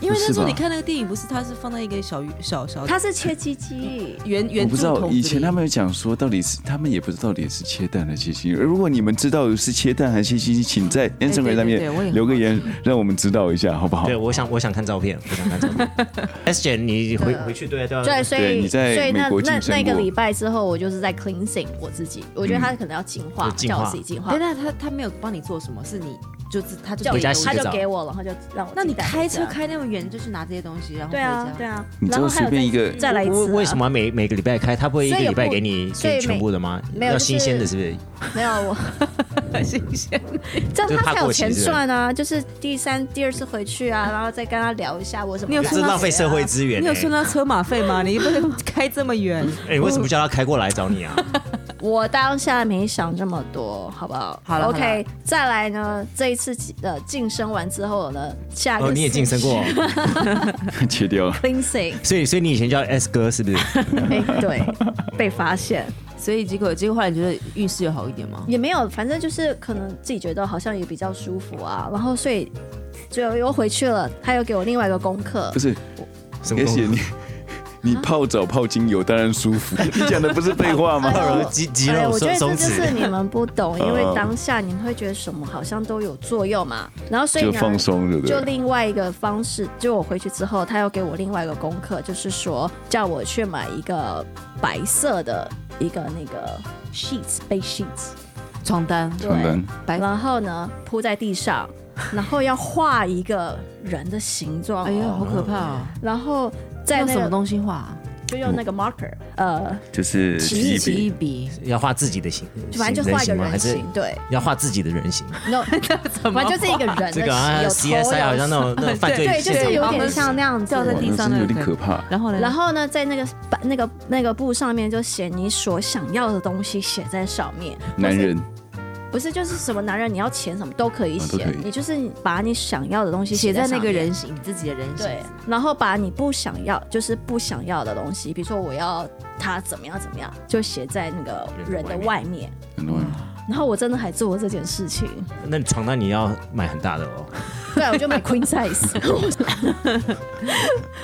B: 因为那时
A: 不
B: 候
A: 是吧
B: 你看那个电影，不是它是放在一个小鱼小小
C: 它是切鸡 鸡，
B: 圆
A: 我
B: 圆
A: 不
B: 柱
A: 知
B: 筒
A: 道，
B: 子
A: 以前
B: 里
A: 他们有讲说，到底是他们也不知道到底是切蛋还是切鸡。如果你们知道是切蛋还是切鸡，请在 Instagram
B: 对
A: 上
B: 对我也
A: 面
B: 很
A: 留个
B: 好
A: 言，让我们知道一下，好不好
D: 对，？我想我想看照片，我想看照片。S 姐，你回回去对啊对啊
C: 对，所
A: 对
C: 以
A: 你在
C: 所以那
A: 美国
C: 那
A: 晋升
C: 那个
A: 过
C: 礼拜之后，我就是在 cleansing 我自己，我觉得他可能要净化，
D: 就净
C: 叫我
D: 化
C: 自己净化
B: 对，，那他他没有帮你做什么，是你就是他就
C: 叫
D: 回家
C: 我
D: 洗
C: 他
D: 个
C: 就
D: 澡
C: 给我了，然后就让我
B: 那
C: 自
B: 你
C: 己带回
B: 开车
C: 家
B: 开那么远，就是拿这些东西，然后
C: 对啊
B: 回
C: 对
B: 家。
C: 啊，
A: 你知
C: 然
A: 道
C: 后还
A: 随
C: 有
A: 便一个
C: 再再来一
D: 为
C: 次啊，
D: 为什么每每个礼拜开？他不会一个礼拜给你
C: 所以
D: 给
C: 有不
D: 你全部的吗？
C: 所以每没有就
D: 要
C: 是
D: 新鲜的，是不是？
C: 没有我？
B: 很新鲜。
C: 这
D: 就是
C: 样他
D: 怕
C: 才有
D: 过期
C: 钱
D: 是不是
C: 赚啊！就是第三、第二次回去啊，然后再跟他聊一下我什么。
B: 你有
D: 这
B: 算到
D: 浪费
C: 啊
D: 社会资源。
B: 你有
D: 哎
B: 算到车马费吗？你不是开这么远？
D: 哎，为什么叫他开过来 找你啊？
C: 我当下没想这么多，好不好？
B: 好了好了
C: ，OK。再来呢，这一次呃晋升完之后呢，下一个
D: 哦，你也晋升过，
A: 切掉 了。
C: cleansing，
D: 所以所以你以前叫 S 哥是 不是？
C: 哎， 对，被发现
B: 所以结果结果后来你觉得运势有好一点吗？
C: 也没有，反正就是可能自己觉得好像也比较舒服啊，然后所以就又回去了。他又给我另外一个功课
A: 不，是，
D: 什么
A: 也
D: 功
A: 写你。你泡澡泡精油当然舒 服，你讲的不是废话吗？
C: 哎呦
D: 二肌肌
C: 哎，
D: 肉
C: 我觉
D: 松
C: 得这
D: 松
C: 就是
D: 弛。
C: 你们不懂，因为
A: 嗯
C: 当下你们会觉得什么好像都有作用嘛，然后所以
A: 就
C: 呢，
A: 放松，对不
C: 就
A: 对？
C: 另外一个方式，就我回去之后，他又给我另外一个功课，就是说叫我去买一个白色的一个那个 sheets bed sheets，
B: 床单
C: 对
A: 床单，
B: 白
C: 然后呢铺在地上，然后要画一个人的形状、哦，
B: 哎呀，好可怕哦！
C: 然后在
B: 用
C: 那
B: 什么
C: 个
B: 东西画啊？
C: 就用那个 marker，呃，
A: 就是
C: 奇异
B: 奇异笔。
D: 要画自己的形，
C: 反正就
D: 人
C: 画一个
D: 形吗？还
C: 人
D: 是
C: 形，对
D: 要画自己的人形？
C: ，no，反正就是一个人的
D: 这个啊
C: 形，有头
D: ，CSI 好
C: 有
D: 像那种那种犯罪
C: 对，就是有
B: 对
C: 点像那样子
B: 掉在
A: 哇，
B: 地
A: 那
B: 上
A: 真的有
B: 那
A: 点
B: 个
A: 可怕。
B: 然后呢？
C: 然后呢，在那个板那个那个布上面就写你所想要的东西写在上面，
A: 男人
C: 不是就是什么男人你要钱什么都可以
D: 嗯
A: 啊都
C: 写，
A: 可以
C: 你就是把你想要的东西
B: 写
C: 在
B: 在那
C: 上
B: 个
C: 面。
B: 人形，你自己的人形。
C: 对，然后把你不想要，就是不想要的东西，比如说我要他怎么样怎么样，就写在那个人
D: 人
C: 的
D: 的
C: 外面。
A: 很多人
B: 嗯
C: 然后我真的还做过这件事情，
D: 那你床单你要买很大的哦。
C: 对，我就买 queen size，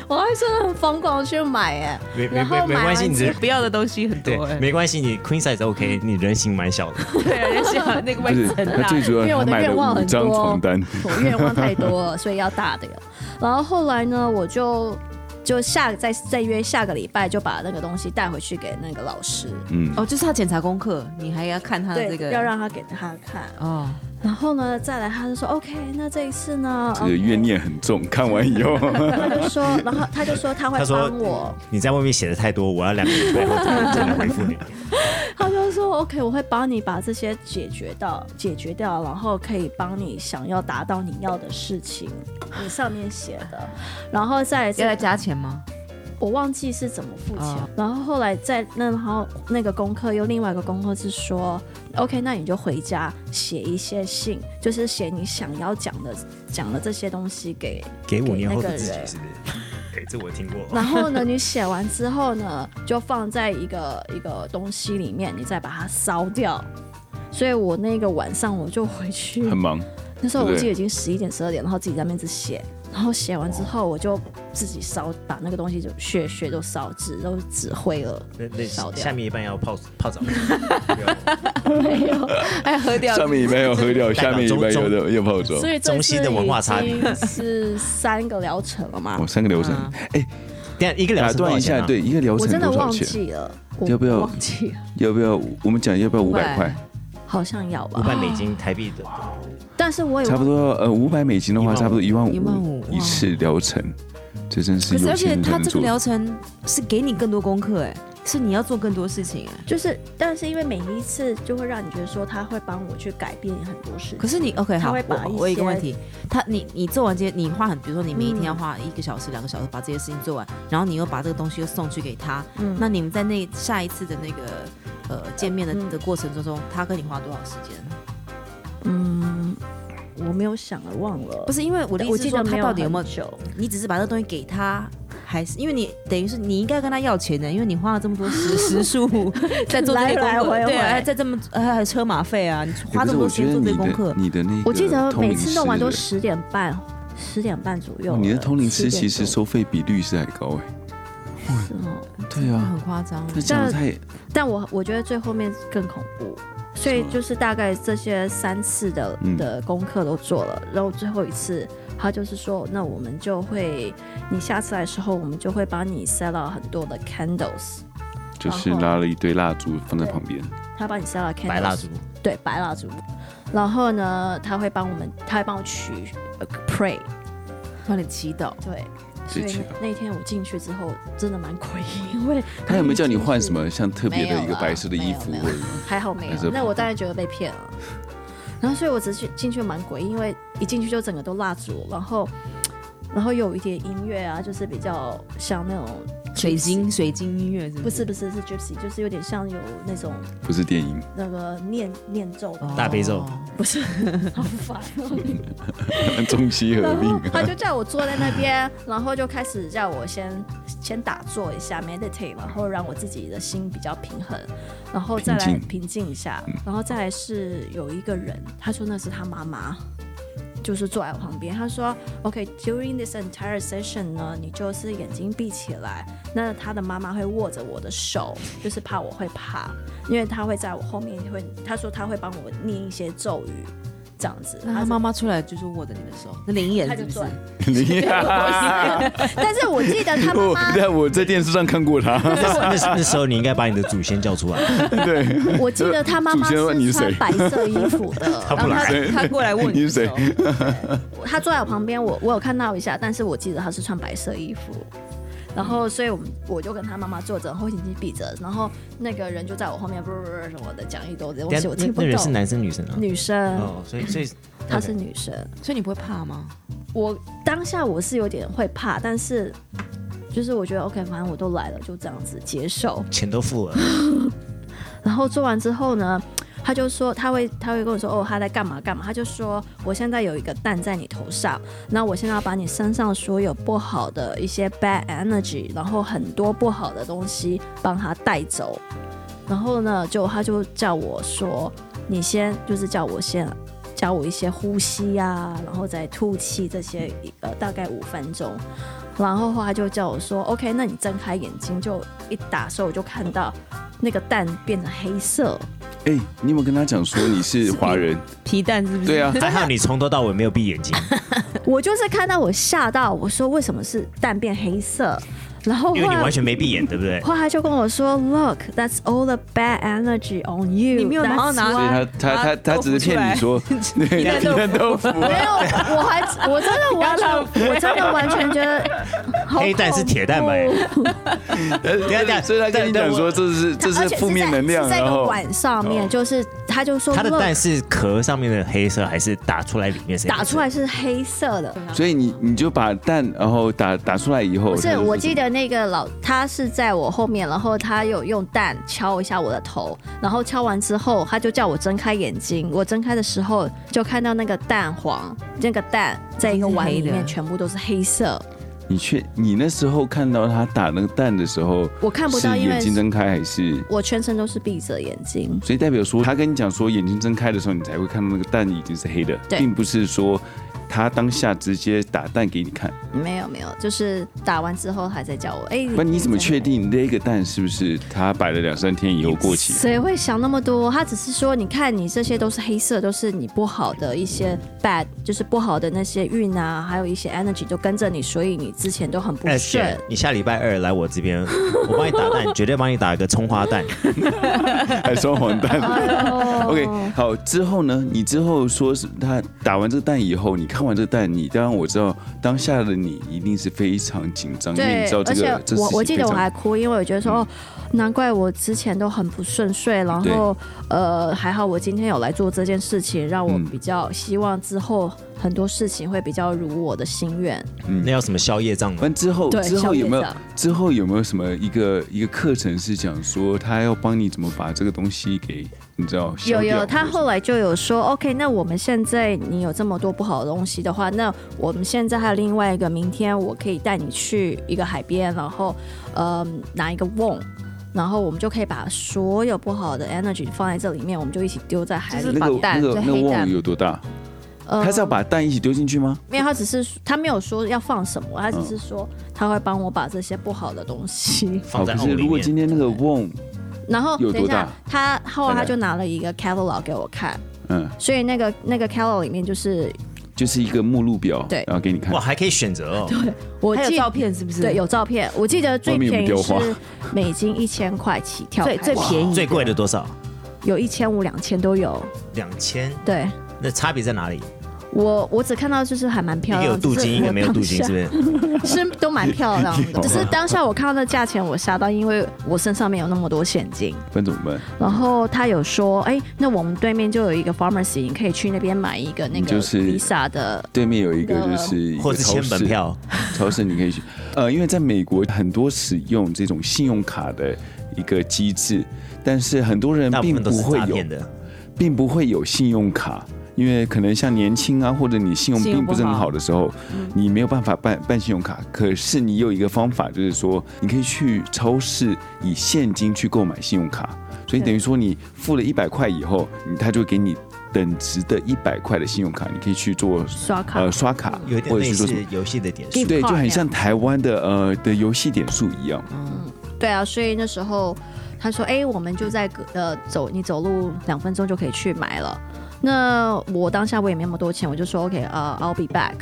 C: 我还真的很疯狂去买哎，
D: 没没
C: 然后
D: 没没
C: 买
D: 关系，
C: 完
D: 你
C: 之
D: 人
B: 不要的东西很
D: 对
B: 多。哎
D: 没关系，你 queen size OK，你人形蛮小的。
B: 对，而且那个
A: 不
B: 外
A: 是，
B: 层
A: 他
B: 啊。
A: 最主
C: 因为
A: 要
C: 我
A: 他
C: 的
A: 买
C: 愿望
A: 了五
C: 很
A: 张
C: 多哦
A: 床单，
C: 我愿望太多了，所以要大的了。然后后来呢，我就就下再再约下个礼拜就把那个东西带回去给那个老师，
A: 嗯，
B: 哦，就是要检查功课，你还要看他的
C: 对，
B: 这个。
C: 要让他给他看。
B: 哦，
C: 然后呢，再来他就说 OK，那这一次呢，
A: 这个怨。念很 重。看完以后，
C: 他就说，然后他就说他会
D: 他说
C: 帮我，
D: 你在外面写的太多，我要两个礼拜后才才能回复你。
C: 他就说 OK，我会帮你把这些解决到解决掉，然后可以帮你想要达到你要的事情，你上面写的，然后再来这
B: 要
C: 个
B: 来加钱吗？
C: 我忘记是怎么付钱。
A: 啊
B: 哦
C: 然后后来在那，然后那个功课又另外一个功课是说，OK，那你就回家写一些信，就是写你想要讲的讲的这些东西给。
D: 给五年后
C: 给那
D: 的
C: 个
D: 自己
C: 人
D: 是不是？哎，这我听过。
C: 然后呢，你写完之后呢，就放在一个一个东西里面，你再把它烧掉。所以我那个晚上我就回去
A: 很忙，
C: 那时候
A: 对
C: 我
A: 不对
C: 记得已经十一点十二点，然后自己在那边一直写，然后写完之后我就自己烧，把那个东西就血血都烧，纸都纸灰了，
D: 那那
C: 烧掉
D: 下面一半要泡泡澡，
C: 没有。
B: 还哎喝掉
A: 上面一半要喝 掉，下面一半有的有泡澡。
C: 所以这
D: 中西的文化差别
C: 次已经是三个疗程了嘛
A: 哦，？三个流程，
C: 啊
B: 嗯
A: 哎、
D: 等一下一个
A: 打
D: 疗程多
A: 断
D: 少
A: 一
D: 钱
A: 下，
D: 啊，
A: 哎对，一个流
C: 我
A: 程
C: 真的
A: 多少
C: 忘
A: 钱？
C: 记了，我
A: 要不要
C: 我忘记了？
A: 要不要我们讲要不要五百
B: 500
A: 块？
C: 好像要
D: 五
C: 吧，
D: 百美金台币的，
C: 但是我也
A: 差不多呃五百美金的话，
D: 15,000
A: 差不多一万
B: 15,000
A: 五一次疗程，这真是
B: 可是
A: 有
B: 而且
A: 钱人才
B: 他
A: 能
B: 这个
A: 做。
B: 疗程是给你更多功课，哎，是你要做更多事情，哎。
C: 就是，但是因为每一次就会让你觉得说他会帮我去改变很多事情。
B: 可是你 OK
C: 他
B: 好
C: 会，把
B: 我
C: 一
B: 我有一个
C: 些
B: 问题，他你你做完这些，你花很，比如说你每一天
C: 嗯
B: 要花一个小时、两个小时把这些事情做完，然后你又把这个东西又送去给他，
C: 嗯
B: 那你们在那下一次的那个呃见面的
C: 嗯
B: 的过程之中，他跟你花多少时间？
C: 嗯，我没有想了，忘了。
B: 不是因为我的意
C: 我
B: 思是
C: 记
B: 说
C: 得
B: 他
C: 没
B: 到底有没有
C: 很久？
B: 你只是把这东西给他，还是因为你等于是你应该跟他要钱的，因为你花了这么多 时时数 在做这
C: 来
B: 些功
C: 来
B: 课，
C: 回
B: 对啊，
C: 回
B: 还在这么呃还有车马费啊，你
A: 哎
B: 花
A: 不
B: 这
A: 是
B: 么多
A: 我
B: 时
A: 觉
B: 间
A: 得
B: 做这
A: 你
B: 些功
A: 的
B: 课，
A: 你的那个，
C: 我记得每次弄完都。十点半，十点半左右
A: 哦
C: 了。
A: 你的通灵师
C: 10点
A: 其实
C: 左
A: 收费比律师还高哎，
C: 右是哦，
A: 对啊，
B: 很夸张。
C: 嗯
A: 他讲的太
C: 但我我觉得最后面更恐怖，所以就是大概这些三次的
A: 嗯
C: 的功课都做了，然后最后一次他就是说，那我们就会，你下次来的时候，我们就会帮你 set 了很多的 candles，
A: 就是拉了一堆蜡烛放在旁边，
C: 他帮你 set 了 candles，
D: 白蜡烛，
C: 对，白蜡烛，然后呢，他会帮我们，他会帮我取、呃 pray，
B: 帮你祈祷，
C: 对。所
A: 对
C: 以
A: 祈祷
C: 那那天我进去之后，真的蛮诡异，因为
A: 他有没有叫你换什
C: 么？
A: 么像特别的一个白色的衣服
C: 没有啦没有
A: 或者？
C: 还好没
A: 还是
C: 有，那我当然觉得被骗了。然后，所以我只是进去蛮诡异，因为一进去就整个都蜡烛，然后，然后有一点音乐啊，就是比较像那种
B: 水晶水晶音乐是
C: 不是不是是 gypsy，就是有点像有那种
A: 不是电影，
C: 那个念念咒的，
D: 大悲咒
B: 哦
C: 好 烦哦。
A: 中西合
C: 然
A: 并
C: 后他就叫我坐在那边，然后就开始叫我先先打坐一下，meditate，然后让我自己的心比较平衡，然后再来
A: 平静
C: 平静一嗯下，然后再来是有一个人，他说那是他妈妈。就是坐在我旁边，他说：“OK，during、this entire session 呢，你就是眼睛闭起来。那他的妈妈会握着我的手，就是怕我会怕，因为他会在我后面会，他说他会帮我念一些咒语，这样子。
B: 那他妈妈出来就是握着你的手，那灵眼
C: 他
B: 是
C: 就
B: 不是
C: 坐？在
A: 你
C: 但是我记得他妈
A: 我
C: 妈，
A: 在我在电视上看过他，
D: 那时那时候你应该把你的祖先叫出来，
C: 我记得他妈妈
A: 主持人问你
C: 是
A: 是谁
C: 穿白色衣服的，
D: 他不来，
B: 他过来握
A: 你
B: 的
A: 是谁
B: 手，
C: 他坐在我旁边，我我有看到一下，但是我记得他是穿白色衣服。然后，所以我们我就跟他妈妈坐着，然后眼睛闭着，然后那个人就在我后面，不不不什么的讲一堆东
D: 等
C: 西，
D: 下
C: 我
D: 那
C: 听不
D: 那人是
C: 懂。
D: 男生女生啊？
C: 女生，
D: 哦，所以所以
C: 她是女生。
B: 所以你不会怕吗？
C: 我当下我是有点会怕，但是就是我觉得 OK，反正我都来了，就这样子接受。
D: 钱都 付了，
C: 然后做完之后呢，他就说他会他会跟我说哦他在干嘛干嘛，他就说我现在有一个蛋在你头上，那我现在要把你身上所有不好的一些 bad energy，然后很多不好的东西帮他带走。然后呢，就他就叫我说你先就是叫我先。教我一些呼吸呀、然后再吐气这些，呃，大概五分钟。然后后来就叫我说，OK，那你睁开眼睛，就一打手我就看到那个蛋变成黑色，
A: 哎，你有没有跟他讲说你是华人？
B: 皮蛋是不是？
A: 对啊，
D: 还好你从头到尾没有闭眼 睛，
C: 我就是看到我吓到，我说为什么是蛋变黑色？然后
D: 因为
C: 后
D: 你
C: 来
D: 完全没闭眼，对不对？
C: 后来就跟我说，Look, that's all the bad energy on you。
B: 你没有拿到拿
A: 所以他他他他只是骗你说对，
B: 蛋豆腐
A: 蛋豆腐，
C: 没有，我还我真的完 全，我真的完全觉得好
D: 黑蛋是铁蛋吧？
C: 恐怖
D: 等下等下
A: 所以他跟你讲说
D: 但
A: 这是这
C: 而
A: 是
C: 且
A: 负面能量，
C: 是在一
A: 然
C: 个
A: 后
C: 碗上面，
A: 哦
C: 就是他就说
D: 它的
C: "Look,
D: 蛋是壳上面的黑色，还是打出来里面是黑色哎
C: 打出来？是黑色的，
B: 啊
A: 所以你你就把蛋然后打打出来以后，
C: 不
A: 他
C: 是，
A: 哦就
C: 我记得那个老他是在我后面，然后他有用蛋敲一下我的头，然后敲完之后，他就叫我睁开眼睛。我睁开的时候，就看到那个蛋黄，那个蛋在一个碗里
B: 是黑
C: 面
B: 的
C: 全部都是黑色。
A: 你确你那时候看到他打那个蛋的时候，
C: 我看不
A: 是
C: 到，因为
A: 眼睛睁开还是？
C: 我全程都是闭着眼睛。
A: 所以代表说，他跟你讲说眼睛睁开的时候，你才会看到那个蛋已经是黑的，
C: 对
A: 并不是说他当下直接打蛋给你看。
C: 没有没有，就是打完之后还在叫我，哎、
A: 那你怎么确？定那个蛋是不是他摆了两三天以后过期？
C: 谁会想那么多？他只是说，你看你这些都是黑色，都是你不好的一些 bad，就是不好的那些运啊，还有一些 energy 都跟着你，所以你之前都很不
D: 哎
C: 顺
D: 姐。，你下礼拜二来我这边， 我帮你打蛋，绝对帮你打一个葱花 蛋。
C: 嗯
A: 还双黄蛋？
C: 哎呦
A: OK，好，之后呢？你之后说是他打完这个蛋以后，你看完这个蛋，你当然我知道当下的你一定是非常紧张，因为你
C: 对
A: 知道，这个
C: 而且
A: 这
C: 我
A: 事
C: 我
A: 情非
C: 记得我
A: 常嗯
C: 还哭，因为我觉得说，哦，难怪我之前都很不顺遂，然
A: 对
C: 后呃，还好我今天有来做这件事情，让我
A: 嗯
C: 比较希望之后很多事情会比较如我的心愿。
D: 那要什么宵夜账吗？
A: 完之后
C: 对，
A: 之后
C: 消业
A: 有没有
C: 障
A: 之后有没有什么一个一个课程是讲说他要帮你怎么把这个东西给你知道消
C: 有
A: 掉
C: 有，他
A: 或者
C: 后来就有说，OK，那我们现在你有这么多不好的东西的话，那我们现在还有另外一个，明天我可以带你去一个海边，然后呃拿一个瓮，然后我们就可以把所有不好的 energy 放在这里面，我们就一起丢在海
A: 是
C: 里。
A: 那个那
F: 蛋就
A: 个那个
F: 黑蛋
A: 瓮有多大？
C: 呃
A: 他是要把蛋一起丢进去吗？
C: 没有，他只是他没有说要放什么，他只是
A: 嗯
C: 说他会帮我把这些不好的东西。
D: 放在
A: 哦好可
D: 瓮
A: 是
D: 里
A: 如果
D: 面。
A: 今天那个瓮，
C: 然后
A: 有
C: 等一
A: 多
C: 下
A: 大，
C: 他后
A: 大
C: 来他
A: 概
C: 就拿了一个 catalog 给我看，
A: 嗯，
C: 所以那个那个 catalog 里面就是
A: 就是一个目录表，
C: 对
A: 然后给你看
D: 哇，。还可以 选择
C: 啊
D: 哦。
C: 我
B: 还有
C: 记
B: 照片是不是？
C: 对，有照片。我记得最
A: 外面有没
C: 便
A: 有
C: 宜
A: 雕花
C: 是美金一千块起跳开
B: 最
C: 始，
B: 最便宜，
D: 最贵的多少？
C: 有一千五、两千都有。
D: 两千。
C: 对
D: 那差别在哪里？
C: 我，我只看到就是还蛮
D: 一
C: 漂
D: 个
C: 亮，
D: 有镀 金，一个没有镀金，是不
C: 是
D: 是？
C: 我当下？是都蛮漂 亮的，
A: 有
C: 只是当下我看到那价钱我吓到，因为我身上没有那么多现金。
A: 分怎么办？
C: 然后他有说，哎，那我们对面就有一个 pharmacy，你可以去那边买一个那
A: 你
C: 个
A: 就是
C: Visa 的。
A: 对面有一个
C: 那
A: 就是一个
D: 或是
A: 超
D: 签
A: 市
D: 本票？
A: 超市你可以去，呃，因为在美国很多使用这种信用卡的一个机制，但是很多人
D: 大部
A: 并
D: 分都
A: 不
D: 是
A: 会
D: 诈
A: 有
D: 骗，的。
A: 并不会有信用卡，因为可能像年轻啊，或者你信用
B: 信用
A: 并
B: 不
A: 不是很
B: 好
A: 好的时候，你没有办法办办信用卡。可是你有一个方法，就是说你可以去超市以现金去购买信用卡，所以等于说你付了一百块以后，你他就给你等值的一百块的信用卡，你可以去做
C: 刷卡
A: 呃刷卡，
D: 有
A: 或者
D: 点类
A: 是说什么
D: 似游戏的点数，
A: 对，就
C: Card
A: 很
C: 呀
A: 像台湾的呃的游戏点数一样。
D: 嗯
C: 对啊，所以那时候他说：“哎、我们就在隔呃走，你走路两分钟就可以去买了。”那我当下我也没那么多钱，我就说 OK，呃、i l l be back。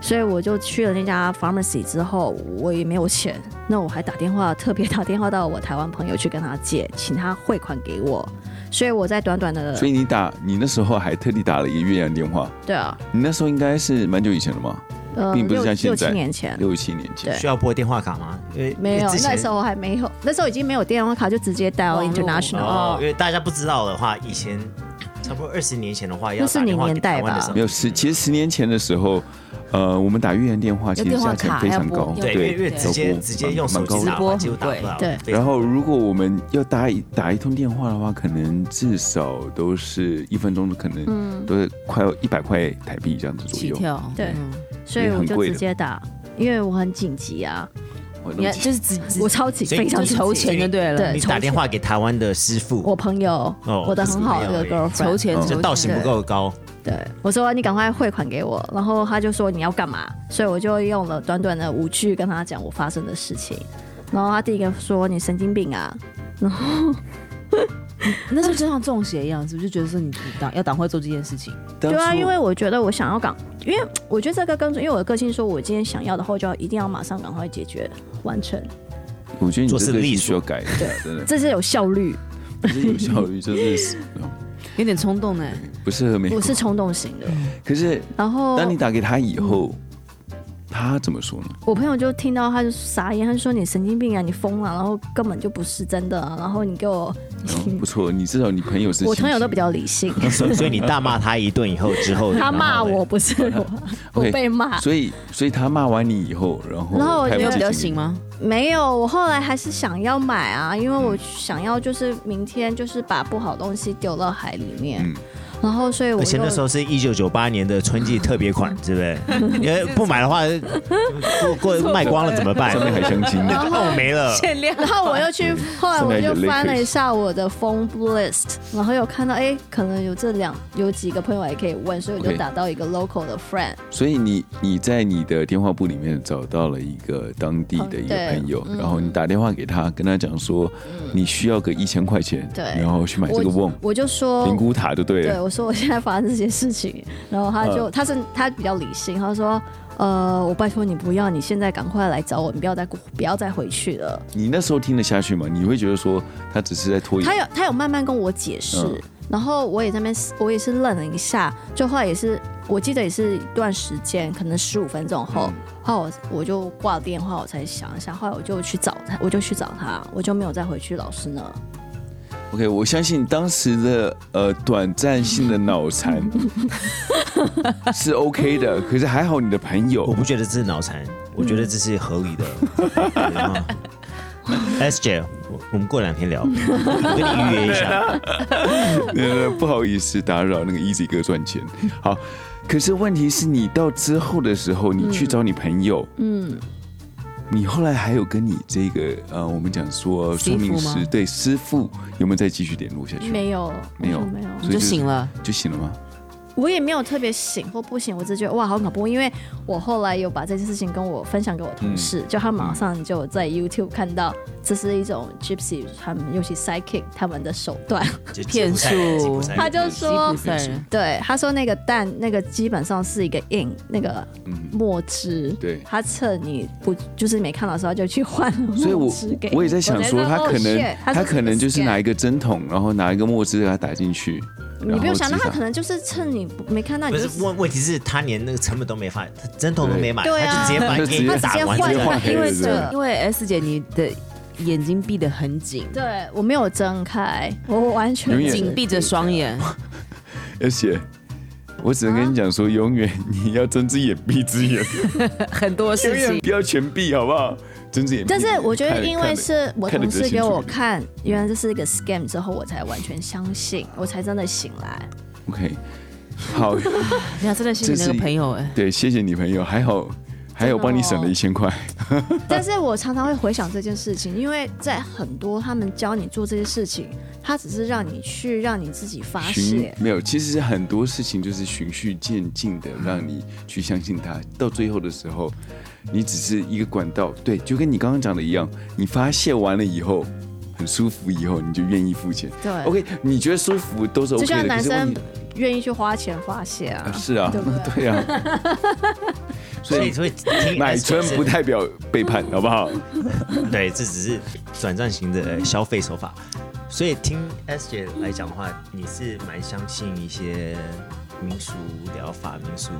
C: 所以我就去了那家 pharmacy 之后，我也没有钱，那我还打电话特别打电话到我台湾朋友去跟他借，请他汇款给我。所以我在短短的
A: 所以你打，你那时候还特地打了一个越洋电话，
C: 对啊，
A: 你那时候应该是蛮久以前了嘛，
C: 呃，
A: 并不是
C: 六
A: 像现
C: 六
A: 在
C: 七年前。
A: 六七年前
C: 对。
D: 需要拨电话卡吗？因为
C: 没有
D: 因为之，前
C: 那时候还没有，那时候已经没有电话卡，就直接 dial
B: 网络
C: international。
D: 哦，因为大家不知道的话，以前差不多二十年前的话，要
C: 那是
D: 打
C: 你
D: 电话给
C: 年代
D: 台湾的
C: 吧
D: 时候
A: 没有十，其实十年前的时候，呃，我们打越洋电话其
B: 有
A: 实
B: 电话
A: 价钱
B: 卡
A: 非
B: 还要
A: 常
B: 拨
A: 高，啊
B: 有
D: 对，因为因为直接直接用手机打
B: 蛮高
D: 话
B: 的
D: 就打不到，
B: 对
D: 非常
A: 然后，如果我们要打一打一通电话的话，可能至少都是一分钟，可
C: 嗯
A: 能都是快要一百块台币这样子左
B: 起
A: 右。
B: 跳，
C: 对
B: 嗯
C: 所以
A: 也
C: 我
A: 很
C: 就
A: 贵
C: 直
A: 的
C: 接打，因为我很紧急啊，
A: 我
B: 你看就是只只
C: 我超级
D: 所以
C: 非常
D: 就是
C: 超
B: 筹
D: 自己
B: 钱就对了，
C: 对
D: 你打电话给台湾的师
C: 我
D: 傅，
C: 朋友，
D: 哦
C: 我的很好
D: 就是
C: 的
D: 朋友而
C: girlfriend，
B: 筹钱
A: 嗯
B: 筹
D: 就
B: 钱
D: 道行不够高，
C: 对我说你赶快汇款给我，然后他就说你要干嘛，所以我就用了短短的五句跟他讲我发生的事情，然后他第一个说你神经病啊，
B: 那时候就像中邪一样，是不是就觉得说你你党要党会做这件事情？
A: 当
C: 对啊，
A: 初
C: 因为我觉得我想要赶，啊因为我觉得这个跟因为我的个性说我今天想要的话我就要一定要马上赶快解决完成，
A: 我觉得你
D: 做
A: 这
D: 事
A: 个
D: 利
A: 是
D: 索
A: 需要改一下，真的，
C: 这是有效率，
A: 不是有效率，就是
B: 有点冲动呢。
A: 不适合美国
C: 我。是哦嗯冲动型的，
D: 嗯
A: 可是
C: 然后
A: 当你打给他以后，他怎么说呢？
C: 我朋友就听到，他就傻眼，他就说你神经病啊，你疯了、然后根本就不是真的、啊，然后你给我，
A: 嗯不错，你至少你朋友是
C: 我
A: 清
C: 朋友
A: 醒
C: 都比较 理性，
D: 所以所以你大骂他一顿以后之 后，
C: 他
D: 然
C: 骂
D: 后嘞
C: 我，不是 我，我
A: OK，
C: 被骂，
A: 所以所以他骂完你以后，然后
C: 啊然后我
A: 开不
C: 觉得
A: 进
B: 比较
A: 去
B: 行吗？
C: 没有，我后来还是想要
A: 嗯
C: 买啊，因为我想要就是明天就是把不好东西丢到海里面，
A: 嗯
C: 然后所以我
D: 而且
C: 又
D: 那时候是一九九八年的春季特别款，对不对？因 为不买的话，过过卖光了怎么办？
A: 上面还镶金 的，
D: 那我没了。
B: 限量。
C: 然后我又
A: 嗯
C: 去， 后来我就翻了一下我的 phone list，然后有看到，哎，可能有这两有几个朋友还可以问，所以我就
A: OK
C: 打到一个 local 的 friend，
A: 所以你你在你的电话簿里面找到了一个当地的一个
C: 对
A: 朋友，
C: 嗯
A: 然后你打电话给他，跟他讲说你需要个一千块钱，
C: 对
A: 然后去买这个瓮
C: 我就说
A: 灵骨塔，就对嗯
C: 对，
A: 了。
C: 我说我现在发生这些事情，然后他就、他是他比较理性，他说，呃，我拜托你不要，你现在赶快来找我，你不要再不要再回去了。
A: 你那时候听得下去吗？你会觉得说他只是在拖
C: 他
A: 延，
C: 有他有慢慢跟我解释，
A: 嗯
C: 然后我也在那边我也是愣了一下，就后来也是我记得也是一段时间，可能十五分钟
A: 嗯
C: 后，后来我我就挂电话，我才想一下，后来我就去找他，我就去找他，我就没有再回去老师那儿。
A: OK，我相信当时的呃短暂性的脑 残是 OK 的，可是还好你的朋
D: 我
A: 友
D: 不觉得这是脑残，我觉得这是合理的。S J，我我们过两天聊，我跟你预约一下。
A: 呃 不好意思打扰那个 Easy 哥赚 钱。好，可是问题是你到之后的时候，你去找你朋友，
C: 嗯，
A: 你后来还有跟你这个呃，我们讲说
B: 师
A: 说
B: 傅
A: 明
B: 吗
A: 师对师傅有没有再继续联络下去？
C: 没有，
A: 没有
C: 我说没有。
A: 所
B: 你
A: 以
B: 就是醒了，
A: 就行了吗？
C: 我也没有特别醒或不醒，我只是觉得哇好恐怖，因为我后来有把这件事情跟我分享给我同事，
A: 嗯
C: 就他马上就在 YouTube 看到这是一种 Gypsy 他们尤其 Psychic 他们的手段，
A: 哎
D: 就
B: 骗术
D: 吉普赛人吉普赛人
C: 他就
B: 吉普
C: 说
B: 赛人，
C: 对，他说那个蛋，那个基本上是一个 in 那个
A: 嗯，
C: 墨汁，
A: 对
C: 他趁你不就是没看到的时候他就去换了
A: 所以
C: 墨
A: 我
C: 汁给你。
A: 我也在想说，
C: 我才知
A: 他
C: 道
A: 可能、
C: 哦，shit，
A: 他
C: 这
A: 可能就是拿
C: scam
A: 一个针筒，然后拿一个墨汁给他打进去，然
C: 你不用
A: 后
C: 想，
A: 自
C: 那
A: 杀
C: 他可能就是趁你不没看到
D: 不
C: 你就是
D: 问问题是他连那个成本都没发，他针筒都没买，
C: 对
D: 他就直接把
A: 对啊
D: 给你
A: 他
C: 直接
D: 打完
C: 换
D: 就
A: 换
D: 换
A: 黑
C: 因为
A: 人
C: 这
A: 了
B: 因为 S 姐你的眼睛闭得很紧，
C: 对我没有睁开，我完全
A: 永远
B: 紧闭着双眼，
A: 而且我只能跟你讲
C: 啊
A: 说，永远你要睁只眼闭只眼，
B: 很多
A: 永
B: 事
A: 远
B: 情。
A: 不要全闭，好不好？睁只眼闭只
C: 但
A: 眼。
C: 是我觉得，因为是我
A: 看得
C: 同
A: 比较清
C: 事给
A: 楚
C: 我
A: 一点
C: 看，原来这是一个 scam 之后，我才完全相信，我才真的醒
A: 啊
C: 来。
A: OK，好，
B: 你哎看，真的是你那
A: 这
B: 个
A: 是
B: 朋友哎，
A: 对，谢谢你朋友，还好还有帮你省了一千块。
C: 哦但是我常常会回想这件事情，因为在很多他们教你做这些事情，他只是让你去让你自己发
A: 循
C: 泄。
A: 没有，其实很多事情就是循序渐进的，让你去相信它。到最后的时候，你只是一个管道，对，就跟你刚刚讲的一样，你发泄完了以后，很舒服以后，你就愿意付钱。
C: 对
A: OK，你觉得舒服都是 OK
C: 就
A: 的，
C: 像
A: 可
C: 男
A: 是问
C: 生
A: 题
C: 愿意去花钱发泄
A: 啊。
C: 啊
A: 是啊，
C: 对不对
A: 对 啊，
D: 所以所以 听
A: 买春不太表背 叛，好不好？
D: 对，这只是转战型的消费手法。所以听 S 姐来讲的话，你是蛮相信一些民俗疗法、民俗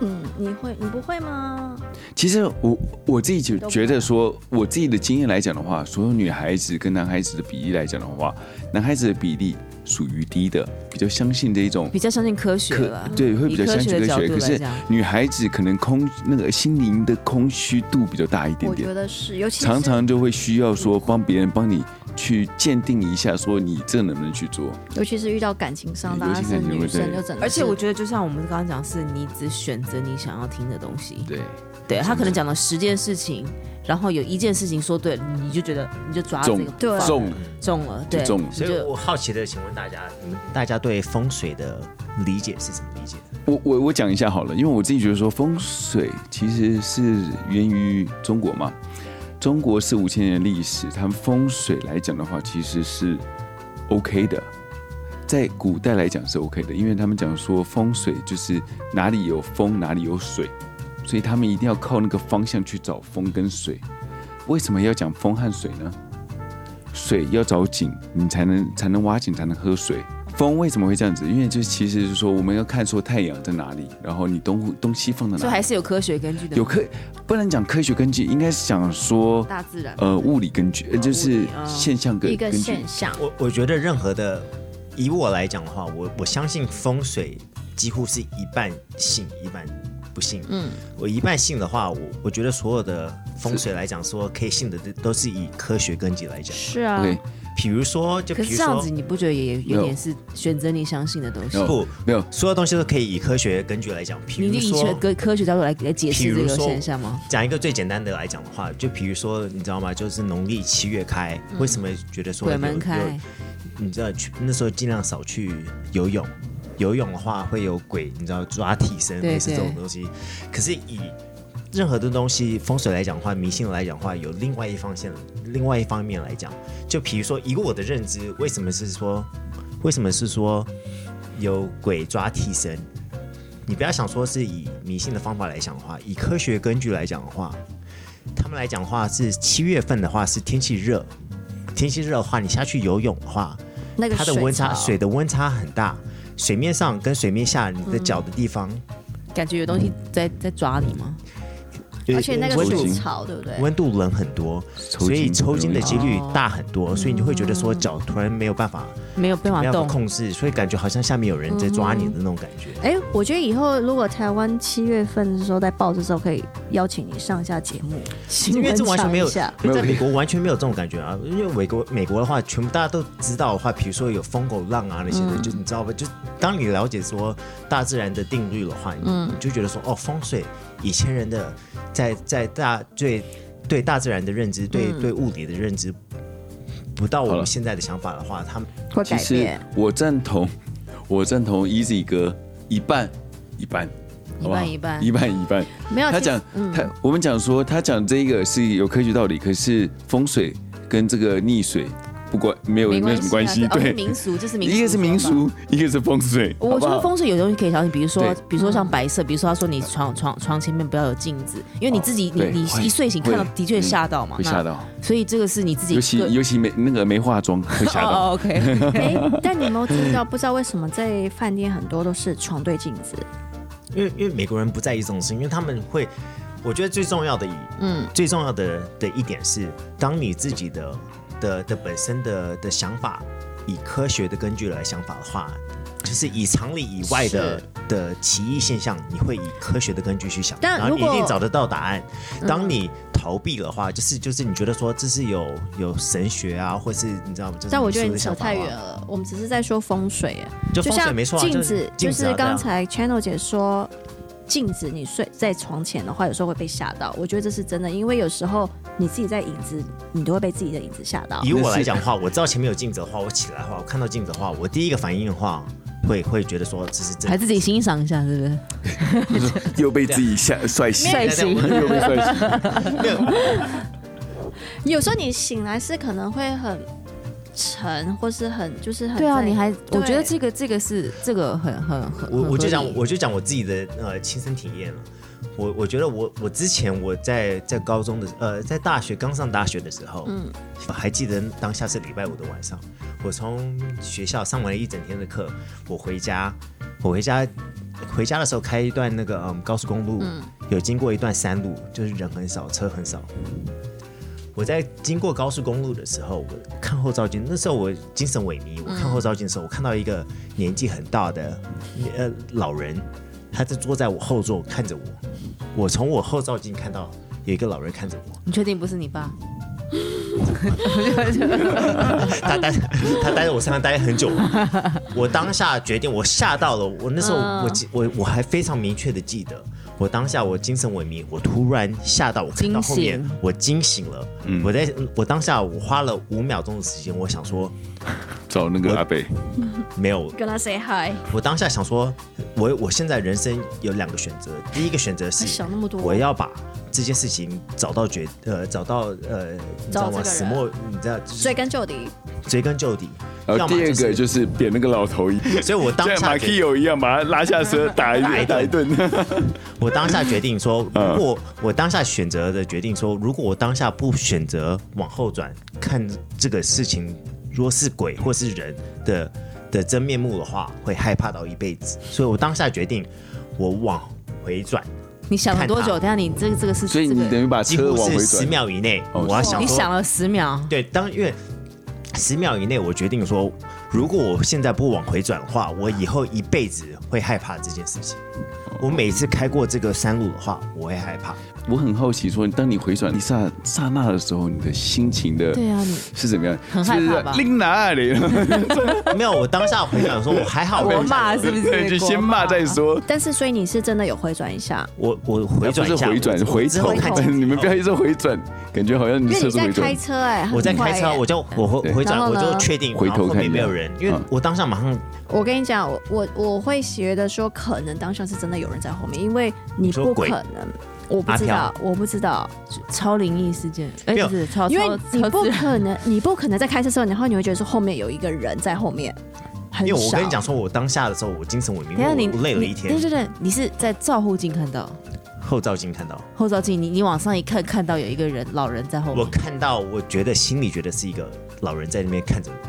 C: 嗯，你会你不会吗？
A: 其实我我自己就
C: 都不
A: 觉得说，我自己的经验来讲的话，所有女孩子跟男孩子的比例来讲的话，男孩子的比例属于低的，比较相信这一种
B: 比较相信科学
A: 可
B: 了，
A: 对，会比
B: 以
A: 较
B: 科
A: 相信
B: 学的角
A: 科学。
B: 度
A: 可
B: 来
A: 是
B: 讲，
A: 女孩子可能空那个心灵的空虚度比较大一点
C: 我
A: 点
C: 觉，得是，尤其是
A: 常常就会需要说帮别人帮你去鉴定一下，说你这能不能去做。
C: 尤其是遇到感情上的，
A: 尤
C: 当
A: 其
C: 然是
A: 感情
C: 女
A: 会
C: 生
A: 对
C: 就整，
B: 而且我觉得，就像我们刚刚讲，是你只选择你想要听的东西。
A: 对，
B: 对他可能讲了十件事情，然后有一件事情说对了，你就觉得你就抓这
A: 中
B: 个
C: 对
A: 中
B: 中了，
A: 就
B: 对，
A: 中了
B: 你
D: 所以
B: 就
D: 我好奇的，请问大家，你们大家对风水的理解是什么理解？
A: 我我我讲一下好了，因为我自己觉得说风水其实是源于中国嘛，中国四五千年的历史，他们风水来讲的话，其实是 OK 的，在古代来讲是 OK 的，因为他们讲说风水就是哪里有风哪里有水，所以他们一定要靠那个方向去找风跟水。为什么要讲风和水呢？水要找井，你才能才能挖井，才能喝水。风为什么会这样子？因为就其实是说我们要看说太阳在哪里，然后你东东西放在
B: 所以
A: 哪
B: 还
A: 里。
B: 是有科学根据的嘛，
A: 有科不能讲科学根据，应该是讲说
B: 大自然
A: 呃物理根据，呃就
B: 物
A: 是
B: 理啊
A: 现象根
C: 一个
A: 根据
C: 现。象，
D: 我我觉得任何的，以我来讲的话，我我相信风水几乎是一半信一半不信。嗯，我一半信的话，我我觉得所有的风水来讲，说可以信的都都是以科学根基来讲。
C: 是啊
A: OK，
D: 比如说，就
B: 可
D: 比
B: 是
D: 如
B: 这样
D: 说
B: 子，，你不觉得也有有点是选择你相信的东西？
D: 不，
A: 没有，
D: 所有东西都可以以科学根据来讲。比
B: 你一
D: 如
B: 定以科
D: 说，
B: 科科学角度来来解释这
D: 比
B: 个
D: 如说
B: 现象吗？
D: 讲一个最简单的来讲的话，就比如说，你知道吗？就是农历七月开，为什么觉得说
B: 嗯鬼
D: 有
B: 门
D: 有
B: 开，
D: 你知道去那时候尽量少去游泳，游泳的话会有鬼，你知道抓替身
B: 对
D: 类似这种
B: 对
D: 东西。可是以任何的东西风水来讲的话，迷信来讲的话，有另外一方面，另外一方面来讲，就比如说以我的认知，为什么是说，为什么是说有鬼抓替身？你不要想说是以迷信的方法来讲的话，以科学根据来讲的话，他们来讲的话是七月份的话是天气热，天气热的话，你下去游泳的话，
G: 那个
D: 它的
G: 水
D: 温差，
G: 槽
D: 水的温差很大，水面上跟水面下你的脚的地方，
G: 嗯
B: 感觉有东西在在抓你吗？
G: 而且那个
D: 温
A: 水
D: 度
G: 水
A: 晶
G: 槽对不对？
D: 温度冷很多，
A: 抽
D: 所以抽筋的
A: 机
D: 几率大很
G: 哦
D: 多，所以你会觉得说脚突然没有办法
B: 没有办法
D: 没有办
B: 动
D: 法，控制，所以感觉好像下面有人在抓你的那种感觉。
G: 哎，我觉得以后如果台湾七月份的时候在报的时候，可以邀请你上一下节目，
D: 因
G: 因
D: 为这完全没有，
G: 下。
D: 因为在美国完全没有这种感觉啊！因为美国美国的话，全部大家都知道的话，比如说有疯狗浪啊那些的，就你知道吧？就当你了解说大自然的定律的话，你你就觉得说哦，风水以前人的在在大对对大自然的认知，对、对物理的认知，不到我
A: 好了
D: 们现在的想法的话，他们
G: 会
A: 其
G: 改
A: 实
G: 变。
A: 我赞同，我赞同 Easy 哥一半一半，好不好
B: 一半
A: 一
B: 一
A: 半一半。
G: 没有
A: 他
G: 其实
A: 讲
B: 嗯
A: 他，我们讲说他讲这个是有科学道理，可是风水跟这个溺水不关没有没有什么关系，
B: 啊这哦是
A: 对，
B: 民俗，这是 民俗，
A: 一个是民。俗，一个是风水，
B: 我
A: 好不
B: 觉
A: 好
B: 得风水有东西可以调整，比如说
A: 对，嗯
B: 比如说像白色，比如说他说你床床床前面不要有镜子，因为你自己
A: 哦
B: 你
A: 对
B: 你
A: 会
B: 一睡醒看到
A: 会嗯
B: 的确吓到嘛，
A: 会吓到，
B: 那。所以这个是你自己
A: 尤其
B: 个
A: 尤其没那个没化妆会吓
B: 哦
A: 到，
B: 哦，OK，
D: 嗯
G: 哎，但你有没有注意到？不知道为什么在饭店很多都是床对镜 子，
D: 因为因为美国人不在意这种事，因为他们会，我觉得最重要的一，嗯，最重要的的一点是，当你自己的的的本身的的想法，以科学的根据来想法的话，就是以常理以外的的奇异现象，你会以科学的根据去想，
G: 但
D: 然后你
G: 如
D: 一
G: 果嗯
D: 定找得到答案。当你逃避的话，就是就是你觉得说这是有有神学啊，或是你知道吗？就是
G: 但我觉得
D: 民俗
G: 你扯
D: 的想法
G: 太
D: 的话
G: 远，了。我们只是在说风水，哎
D: 就
G: 就
D: 风水
G: 像
D: 没错啊，
G: 镜子，就
D: 镜子啊
G: 是
D: 对啊
G: 刚才 Channel 姐说，镜子你睡在床前的话，有时候会被吓到。我觉得这是真的，因为有时候你自己在影子，你都会被自己的影子吓到。
D: 以我来讲的话，我知道前面有镜子的话，我起来的话，我看到镜子的话，我第一个反应的话，会会觉得说这是真
B: 还
D: 的。
B: 自己欣赏一下，是不是？
A: 啊 又被自己吓帅 醒，
B: 帅
D: 醒
A: 又被帅醒，
G: 有时候你醒来是可能会很沉，或是很就是很
B: 对啊，
G: 在
B: 你还我觉得
G: 对
B: 这个这个是这个很很很，
D: 我
B: 很
D: 我就
B: 合
D: 讲
B: 理
D: 我就讲我自己的呃亲身体验了。我我觉得我我之前我在在高中的呃在大学刚上大学的时候，嗯，还记得当下是礼拜五的晚上，我从学校上完了一整天的课，我回家，我回家回家的时候开一段那个嗯高速公路，有经过一段山路，就是人很少，车很少。我在经过高速公路的时候，我看后照镜，那时候我精神萎靡。我看后照镜的时候，我看到一个年纪很大的呃老人，他就坐在我后座看着我。我从我后照镜看到有一个老人看着我，
B: 你确定不是你爸？
D: 他待他待在我身上待很久。我当下决定，我吓到了。我那时候我
B: 嗯
D: 记我我还非常明确的记得，我当下我精神萎靡，我突然吓到，我看到后面
B: 惊醒嗯
D: 我惊醒了。我在我当下我花了五秒钟的时间，我想说
A: 找那个阿贝，
D: 没有
G: 跟他 say hi，
D: 我当下想说，我我现在人生有两个选择，第一个选择
G: 还
D: 是
G: 哎想那么多
D: 我要把这件事情找到决呃找到呃，你知
G: 找
D: 道
G: 这个
D: 吗？
G: 人
D: 始末你知道就是
G: 追根究底。
D: 追根究底。
A: 然后
D: 要么
A: 第二个
D: 就，
A: 就是是扁那个老头一样，
D: 所以我当
A: 像
D: 下
A: 马
D: 决
A: Kio 一样把他拉下车打一
D: 打一
A: 顿
D: 顿
A: 打一顿，
D: 我当下决定说，
A: 嗯
D: 如果我当下选择的决定说，如果我当下不选择往后转看这个事情，若是鬼或是人的的真面目的话，会害怕到一辈子。所以我当下决定，我往回转。
B: 你想了
D: 看
B: 多
D: 他
B: 久？等一下你这个这个是
A: 所以
B: 这
A: 你
B: 个
A: 等于把
D: 几
A: 车
D: 乎
A: 往
D: 是
A: 回
D: 十
A: 转，
D: 秒以内，
A: 哦
D: 我要
A: 是
D: 想
B: 你
D: 说
B: 想了十秒，
D: 对，当因为十秒以内，我决定说，如果我现在不往回转的话，我以后一
A: 哦
D: 辈子会害怕这件事情。我每次开过这个山路的话，我会害怕。
A: 我很好奇说，当你回转一刹刹那的时候，你的心情的
B: 对啊，你
A: 是怎么样？
B: 很害怕吧
A: 是不是啊琳达里，
D: 没有，我当下回想说，我还好，
B: 国骂是 不
A: 对，
B: 是？
A: 就先骂再说。
C: 但是所以你是真的有回转一下，
D: 我我回转一
A: 不
D: 下，
A: 是回
D: 我
A: 转，
D: 我
A: 回
D: 之后
A: 头
D: 看
C: 回。头
A: 你们不要一直回转，感觉好像你
C: 因
A: 的
C: 为
A: 车
C: 你
A: 是
C: 在
A: 回转
C: 开。车哎、很
D: 我在
C: 快
D: 开车，
C: 耶
D: 我就我回
A: 对
D: 回转，
C: 然后
D: 我
C: 呢
D: 就确定
A: 回头
D: 然后后
A: 看一
D: 面
A: 下
D: 没有人，因为
A: 嗯
D: 我当下马上
C: 我跟你讲，我我我会觉得说，可能当下是真的有人在后面，因为你
D: 你说
C: 不可
D: 鬼
C: 能，我不
D: 阿
C: 知
D: 飘
C: 道，我不知道，哦
B: 超灵异事件，哎，
D: 没有
B: 不是超
C: 因为
B: 超
C: 你
B: 超
C: 不
B: 自然
C: 可能，你不可能在开车的时候，然后你会觉得说后面有一个人在后面，很
D: 因为我
C: 少
D: 跟你讲，说，我当下的时候我精神萎靡，
B: 等一下你
D: 我我累了一
B: 对
D: 天，
B: 对对，你是在照后镜看到
D: 后照镜看到，
B: 后照镜，你你往上一看，看到有一个人老人在后
D: 我
B: 面，
D: 看到，我觉得心里觉得是一个老人在那边看着我。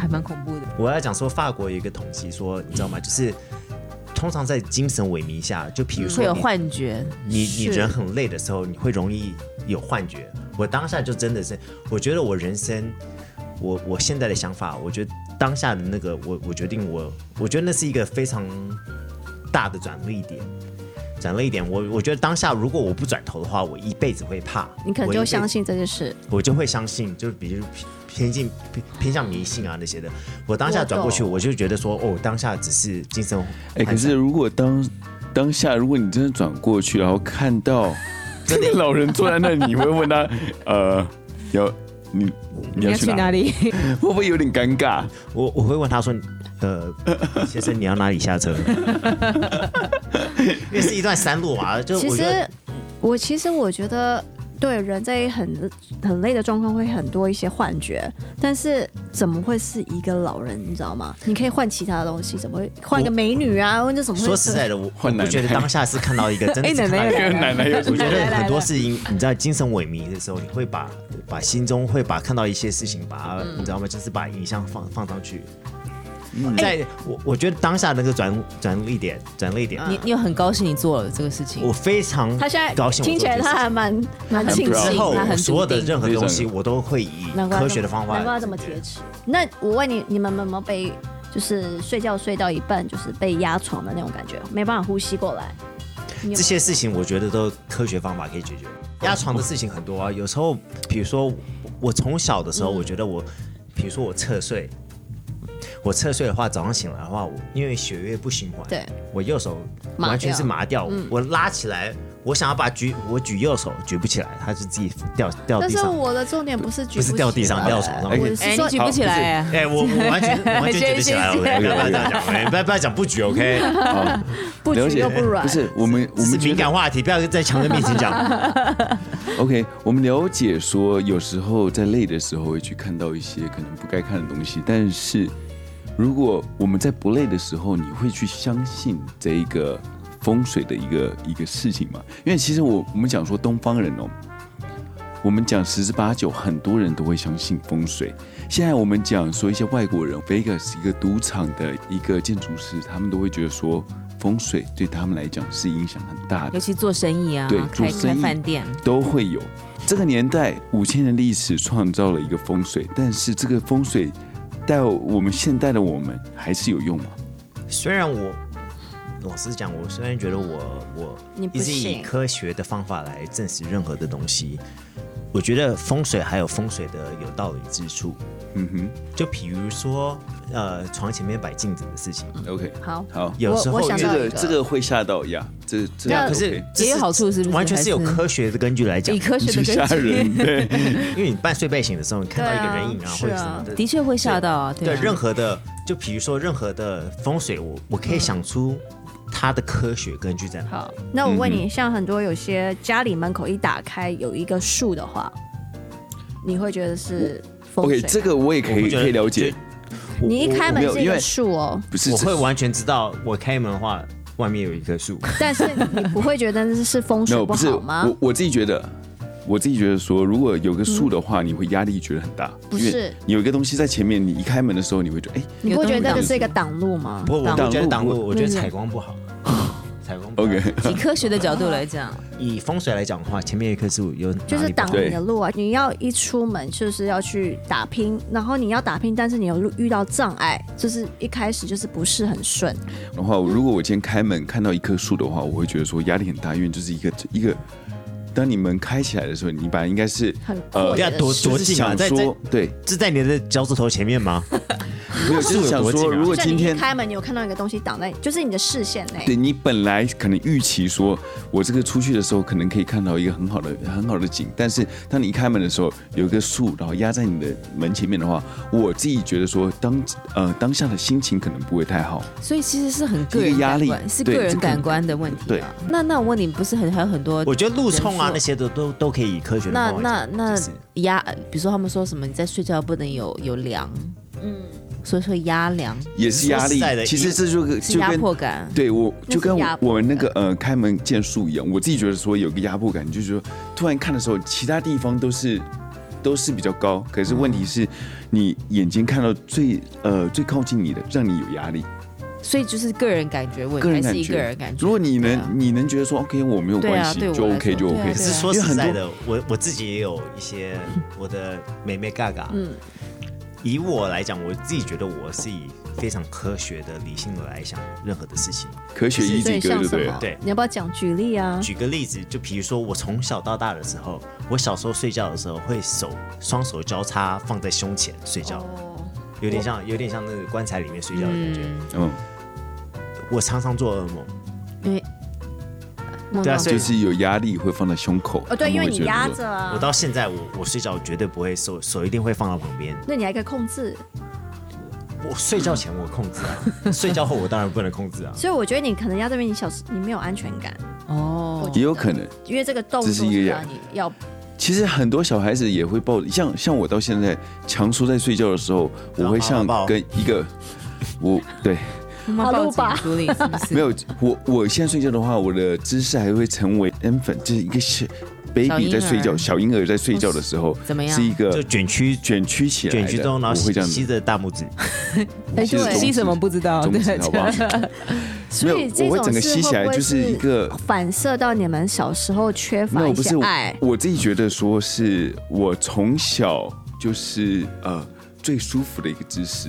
B: 还蛮恐怖的。
D: 我要讲说，法国有一个统计说，你知道吗？就是通常在精神萎靡下，就比如说
B: 会有
D: 你
B: 幻觉，
D: 你你
C: 是
D: 人很累的时候，你会容易有幻觉。我当下就真的是，我觉得我人生，我我现在的想法，我觉得当下的那个，我我决定我，我觉得那是一个非常大的转捩点。转捩点，我我觉得当下如果我不转头的话，我一辈子会怕。
C: 你可能
D: 我一
C: 就
D: 辈子
C: 相信这件事。
D: 我就会相信，就是比如偏近偏偏向迷信啊那些的。我当下转过去，
C: 我懂
D: 我就觉得说，哦，当下只是精神。
A: 哎，可是如果当当下，如果你真的转过去，然后看 到这个老人坐在那里，你会问 他，呃，要你你要去哪？
B: 里？
A: 会不会有点尴尬？
D: 我我会问他说，呃， 先生，你要哪里下车？ 因为是一段山路啊，就
C: 其
D: 我觉得
C: 实我其实我觉得，对人在很很累的状况会很多一些幻觉，但是怎么会是一个老人？你知道吗？你可以换其他的东西，怎么会换一个美女啊？或者怎么会？
D: 嗯说实在的，我我
A: 换奶
D: 不
A: 奶
D: 觉得当下是看到一个真的
B: 哎
D: 是看到一
A: 因
D: 个
B: 奶奶
A: 为 奶奶又
D: 我觉得很多事情，你知道，精神萎靡的时候，你会把把心中会把看到一些事情，把它、你知道吗？就是把影像放放上去。
A: 嗯哎
D: 在我我觉得当下那个转转捩点，转捩点，
B: 你你有很高兴你做了这个事情
D: 我，非常
C: 他现在
D: 高兴我做
C: 听起来
D: 这件
C: 他
D: 事
C: 还蛮蛮
A: 很
C: 庆幸
A: proud
D: 之
C: 的
D: 后
B: 他很
D: 所有的
B: 笃定
D: 任何
A: 非常
D: 东西，我都会以
C: 难怪
D: 科
C: 这
D: 学
C: 么
D: 的方法。
C: 难怪要这么铁齿。那我问你，你们有没有被就是睡觉睡到一半就是被压床的那种感觉，没办法呼吸过来？你有没有
D: 这些事情我觉得都科学方法可以解决。压床的事情很多啊，有时候，比如说我我从小的时
C: 嗯
D: 候，我觉得我，比如说我侧睡，我侧睡的话，早上醒来的话，我因为血液不循环，
C: 对，嗯
D: 我右手完全是麻掉，我拉起来，我想要把举，我举右手举不起来，它是自己掉掉
C: 但
D: 地
C: 是
D: 上，
C: 我的重点不是举
D: 不是掉地上，掉手
C: 手，
D: 上。
A: 哎
C: 我是
B: 哎，
C: 说
B: 你举不起来哎。
D: 哎、我我完全完全举不起 来，
B: 谢
D: 我不要
B: 谢
D: 不要这样讲，哎不要不要讲不举，OK，
A: 啊，
C: 不
A: 了
C: 举
A: 解
C: 又不软
A: 不。是我们 我
D: 这是
A: 们觉
D: 敏
A: 得
D: 感话题，不要在强人面 前讲。
A: OK，我们了解说，有时候在累的时候会去看到一些可能不该看的东西，但是如果我们在不累的时候，你会去相信这一个风水的一个一个事情吗？因为其实我我们讲说东方人哦，我们讲十之八九，很多人都会相信风水。现在我们讲说一些外国人，Vegas 一个赌场的一个建筑师，他们都会觉得说风水对他们来讲是影响很大的
B: 尤。其做生意啊
A: 对，
B: 开
A: 做生
B: 开
A: 意
B: 饭店，
A: 都会有。这个年代五千年历史创造了一个风水，但是这个风水到我们现代的我们还是有用吗？
D: 虽然我老实讲，我虽然觉得我我
C: 你不
D: 一直以
C: 信
D: 科学的方法来证实任何的东西，我觉得风水还有风水的有道理之处。
A: 嗯
D: 就比如说，呃，床前面摆镜子的事情，
A: 哼，OK，
C: 好，
A: 好，
D: 有时候
C: 我
D: 因
C: 想
D: 为
A: 这
C: 到
A: 个
C: 一个
A: 这个会吓到呀，这这
D: 对啊，
A: 个
D: 可是
A: OK
D: 这
B: 也有好处是不是
D: 完全是有
B: 还是
D: 科学的根据来讲
B: 以，科学
A: 去
B: 的
A: 吓
B: 根
A: 人，
B: 据，
A: 对，
D: 因为你半睡半醒的时候，你看到一个人影啊，
C: 对啊
D: 或者什么的，
B: 的确会吓到啊。
D: 对
B: 啊
D: 任何的，就比如说任何的风水，我我可以想出它的科学根据在哪。
C: 好，那我问
A: 嗯
C: 你，像很多有些家里门口一打开有一个树的话，你会觉得是风
A: OK，
C: 水？
A: 这个我也可
D: 我不
A: 以
D: 觉得
A: 可以了解，
D: 我
C: 你一开
A: 我没
C: 门
A: 有
C: 是一
A: 因为
C: 个树哦，
A: 不是
D: 我会
A: 这
D: 完全知道，我开门的话，外面有一 棵树。
C: 但是你不会觉得那是风水
A: no 不是
C: 好吗
A: 我？我自己觉得。我自己觉得说，如果有个树的话，你会压力觉得很大，
C: 嗯不
A: 因为
C: 是，
A: 有一个东西在前面，你一开门的时候，你会觉得哎、
C: 你不会觉得那个是一个
B: 有
C: 挡路嗯吗？
D: 不过我不觉得
A: 挡
D: 挡
A: 路
D: 路，我觉得
B: 对对
D: 采光不好。 采光不好
A: OK，
B: 以科学的角度来讲，
D: 以风水来讲的话，前面有一棵树有哪里不
C: 就是
D: 好
C: 挡
A: 对
C: 你的路啊！你要一出门就是要去打拼，然后你要打拼，但是你有路遇到障碍，就是一开始就是不是很顺。
A: 的话，如果我今天开门看到一棵树的话，我会觉得说压力很大，因为这是一个一个当你们开起来的时候，你本来应该是
G: 很
A: 呃
G: 阔
D: 要
G: 别
D: 多
G: 的视
D: 多
A: 就是
D: 近啊
A: 想
D: 在
A: 说 对，
D: 是在你的脚趾头前面 吗？
A: 没有就是想
D: 有多
A: 说，
D: 近啊
A: 如果
G: 就像
A: 今
G: 你一
A: 天
G: 开门，你有看到一个东西挡在，就是你的视线内。
A: 对你本来可能预期说，我这个出去的时候可能可以看到一个很好的很好的景，但是当你一开门的时候，有一个树然后压在你的门前面的话，我自己觉得说当呃当下的心情可能不会太好。
B: 所以其实是很个人
A: 一个压
B: 感
A: 力
B: 官，是个
A: 对这
B: 人
A: 个
B: 感官的问题
A: 对
B: 啊。那那我问你，不是很还有很多
D: 我觉得路冲啊
B: 人数
D: 那些都都都可以以科学的
B: 那
D: 方法
B: 那
D: 来
B: 那
D: 解释
B: 压，比如说他们说什么你在睡觉不能有有凉，嗯，所以说压凉
A: 也是压
D: 说实
A: 力
D: 在的，
A: 其实这就跟
B: 是
A: 就
B: 压
A: 跟
B: 迫感。
A: 对我
G: 那
A: 就是跟
G: 压迫
A: 我们那个呃开门见树一样，我自己觉得说有个压迫感，就是说突然看的时候，其他地方都是都是比较高，可是问题是你眼睛看到最呃最靠近你的，让你有压力。
B: 所以就是个人感觉问
A: 个
B: 题，
A: 人
B: 还
A: 感
B: 是一
A: 觉
B: 个人感觉。
A: 如果你
B: 对啊
A: 能你能觉得说 OK 我没有
B: 对
A: 关
B: 啊
A: 系
B: 对我
A: 就
B: 来
A: OK
B: 说
A: 就
B: 对啊
A: OK，
D: 可
B: 对
D: 是说
A: 因为
D: 实
A: 很
D: 在
A: 多
D: 的，我我自己也有一些我的妹妹嘎嘎。嗯，以我来讲，我自己觉得我是以非常科学的、理性的来想任何的事情。
A: 科学一
G: 所
A: 级
G: 以
A: 歌
G: 像
A: 就
G: 什
A: 对
G: 么
A: 了？。
D: 对
G: 你要不要讲举例啊？
D: 举个例子，就比如说我从小到大的时候，我小时候睡觉的时候会手双手交叉放在胸前睡
A: 啊
D: 觉，
B: 哦
D: 有点像有点像那个棺材里面睡觉的感觉。
B: 嗯，
A: 嗯，
D: 我常常做噩梦，
B: 因为梦
A: 哦
D: 对啊
B: 到
D: 所以
A: 就是有压力会放在胸口。
G: 哦，对，
A: 他
G: 因
A: 们
G: 为
A: 会
G: 你
A: 觉得
G: 压
A: 说
G: 着啊
D: 我，到现在我我睡觉绝对不会手手一定会放到旁边。
G: 那你还可以控制。
D: 我睡觉前我控制 啊，睡觉后我当然不能控制啊。
G: 所以我觉得你可能压这边，你小时你没有安全感，
B: 哦，
A: 也有可能。
G: 因为这个动作
A: 这是一个
G: 让你要
A: 其实很多小孩子也会抱，像像我到现在，强叔在睡觉的时候，我会像
D: 抱抱
A: 跟一个我对
B: 妈
G: 好
B: 报
G: 路吧
B: 警处理是不是？
A: 没有我我现在睡觉的话，我的姿势还会成为 infant，就是一个小
B: 小婴
A: baby
B: 儿哦
A: 在睡觉，小婴儿在睡觉的时候，
B: 怎么样
A: 是一个
D: 就卷曲
A: 卷曲起来的，
D: 卷曲中，然后
A: 我
D: 吸
A: 会这样
D: 吸
A: 子，
D: 着大拇指，
A: 哎
G: 对
B: 吸什么不知道，
A: 中指
B: 对，
A: 好不好？没
G: 所
A: 有
G: 以，这
A: 我
G: 种
A: 会整个
G: 是
A: 吸起来，
G: 会不会
A: 就是一个
G: 反射到你们小时候缺
A: 没
G: 乏
A: 有，
G: 一
A: 不
G: 些
A: 是
G: 爱。
A: 我自己觉得说是我从小就是呃最舒服的一个姿势，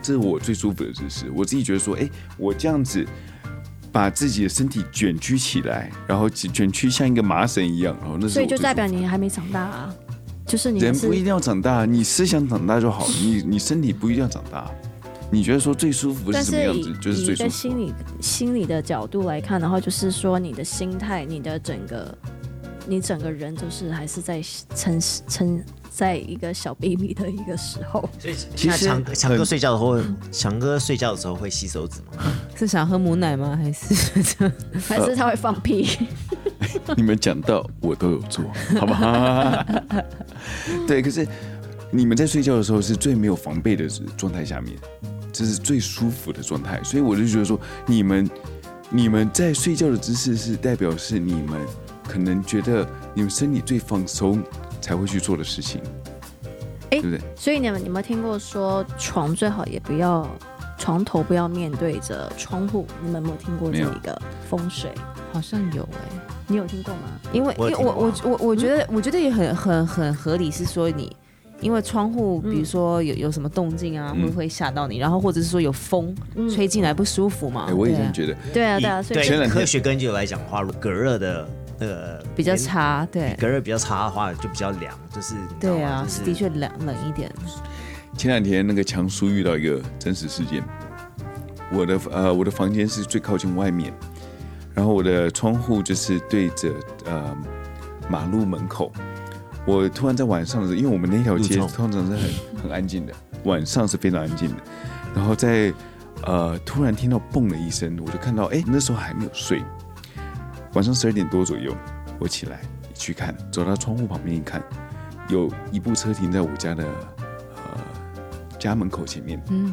A: 这是我最舒服的姿势。我自己觉得说，哎、我这样子把自己的身体卷曲起来，然后卷卷曲像一个麻绳一样，然后那是
G: 所以
A: 我
G: 就
A: 最
G: 代表
A: 舒服
G: 你还没长大啊，就是你
A: 人
G: 是
A: 不一定要长大，你思想长大就好，你你身体不一定要长大。你觉得说最舒服
G: 但
A: 是什么样
G: 以
A: 子，就是
G: 以
A: 最
G: 一
A: 舒
G: 个
A: 服
G: 心。理心理的角度来看，然后就是说你的心态，你的整个你整个人就是还是在撑撑在一个小 baby 的一个时候，
D: 所以
A: 其
D: 那
A: 实
D: 强哥强哥
A: 很
D: 睡觉的时候，强哥睡觉的时候会吸手指吗？
B: 是想喝母奶吗？还是
G: 还
A: 呃
G: 是他会放屁？
A: 你们讲到我都有做，好不好？对，可是你们在睡觉的时候是最没有防备的状态下面，这是最舒服的状态，所以我就觉得说，你们你们在睡觉的姿势是代表是你们可能觉得你们身体最放松才会去做的事情，
G: 哎
A: 对不对？
G: 所以你们有没有听过说床最好也不要床头不要面对着窗户？你们有没有听过这
A: 没有
G: 一个风水？
B: 好像有哎、
G: 你有听过吗？
B: 因为因
D: 我有
B: 为
D: 听
B: 我我
D: 过啊
B: 我我觉得
A: 嗯
B: 我觉得也很很很合理，是说你因为窗户，比
G: 嗯
B: 如说有有什么动静啊，
A: 嗯
B: 会会吓到你，然后或者是说有风
G: 嗯
C: 嗯
B: 吹进来不舒服嘛。
A: 哎、我也这
B: 对啊
A: 样觉得，
G: 对啊，
D: 以
G: 对啊，所以
A: 前
D: 对
A: 两天
D: 科学根据来讲的话，隔热的那个
B: 比较，差，对
D: 隔热比较差的话就比较凉，就是你知道吗
B: 对啊
D: 就，是
B: 的确冷冷一点。
A: 前两天那个强叔遇到一个真实事件，我的呃我的房间是最靠近外面，然后我的窗户就是对着呃马路门口。我突然在晚上的时候，因为我们那条街
D: 路
A: 通常是很很安静的，晚上是非常安静的，然后在呃突然听到嘣的一声，我就看到哎、那时候还没有睡，晚上十二点多左右，我起来去看，走到窗户旁边一看，有一部车停在我家的家门口前面。
B: 嗯，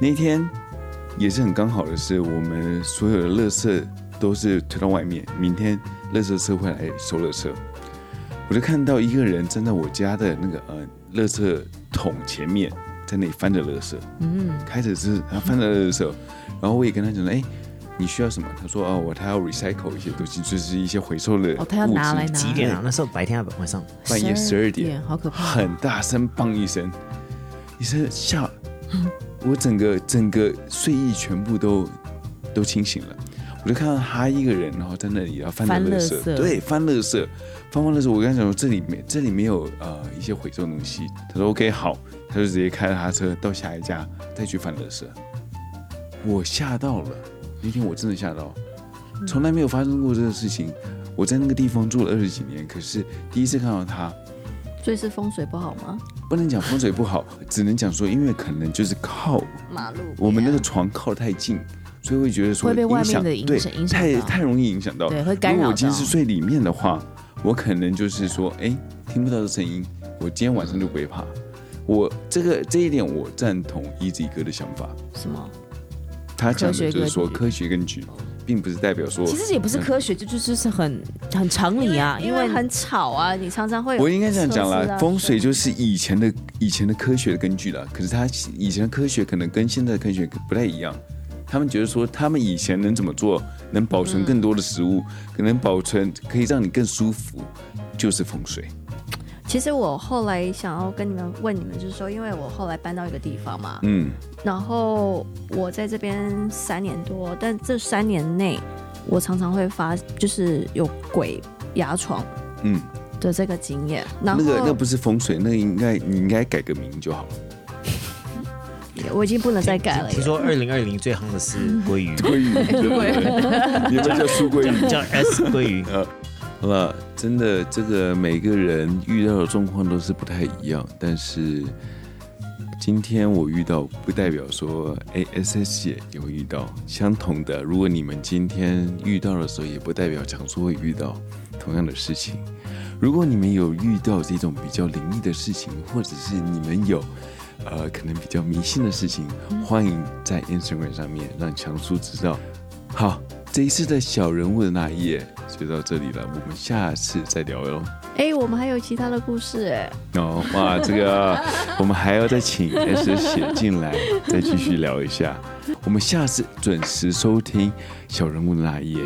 A: 那天也是很刚好的是，我们所有的垃圾都是推到外面，明天垃圾车会来收垃圾。我就看到一个人站在我家的那个呃垃圾桶前面，在那里翻着垃圾。嗯，开始是他翻着垃圾，然后我也跟他讲说，哎、你需要什么？他说哦，我他要 recycle 一些东西，就是一些回收的物质。
B: 哦他要拿来拿
D: 几点啊？那时候白天还是晚上？
A: 半夜十二点，
B: 好可怕。
A: 很大声，砰一声，一声吓，
B: 嗯
A: 我整个整个睡意全部都都清醒了。我就看到他一个人，然后在那里要翻
B: 翻
A: 着垃
B: 垃圾
A: 对，翻垃圾，翻完垃圾，我跟他讲说这里没这里没有呃一些回收东西，他说 OK 好，他就直接开了他车到下一家再去翻垃圾，我吓到了，那天我真的吓到，
B: 嗯
A: 从来没有发生过这个事情，我在那个地方住了二十几年，可是第一次看到他，
G: 所以是风水不好吗？
A: 不能讲风水不好，只能讲说因为可能就是靠
C: 马路
A: 我们那个床靠得太近，所以会觉得说
B: 会被外面的
A: 影
B: 影
A: 对
B: 响影响
A: 太
B: 到
A: 太容易影响到。
B: 对，会干
A: 如果
B: 扰
A: 我今
B: 到
A: 天。是睡里面的话，我可能就是说，哎，听不到这声音，我今天晚上就不会怕。我这个这一点我赞同 Easy 哥的想法，
G: 什么？
A: 他讲的就是说
B: 科
A: 科学根据，并不是代表说
B: 其实也不
A: 嗯
B: 是科学，这就是是很很常理啊，因
G: 因
B: 为
G: 为很吵啊，你常常会有
A: 我应该这样讲
G: 车子
A: 啦，
G: 啊
A: 风水就是以前的以前的科学的根据了。可是他以前的科学可能跟现在的科学不太一样，他们觉得说他们以前能怎么做，能保存更多的食物，可能保存可以让你更舒服，就是风水。
G: 其实我后来想要跟你们问你们，就是说，因为我后来搬到一个地方嘛，
A: 嗯，
G: 然后我在这边三年多，但这三年内，我常常会发就是有鬼压床，
A: 嗯，
G: 的这个经验。然后
A: 那个那不是风水，那个应该你应该改个名就好了。
G: 我已经不能再改了耶
D: 听。说二零二零最夯的是鲑 鱼，
A: 鲑鱼， 对不对？ 你们叫苏鲑鱼。
D: 叫 S 鲑鱼。
A: 好了，真的，这个每个人遇到的状况都是不太一样，但是今天我遇到，不代表说 A S S 姐也会遇到相同的。如果你们今天遇到的时候，也不代表常说会遇到同样的事情。如果你们有遇到这种比较灵异的事情，或者是你们有。呃，可能比较迷信的事情，欢迎在 Instagram 上面让强叔知道。好，这一次的小人物的那一页就到这里了，我们下次再聊哟。
G: 哎，我们还有其他的故事哎。
A: 哦，哇，这个我们还要再请 S 写进来，再继续聊一下。我们下次准时收听小人物的那一页。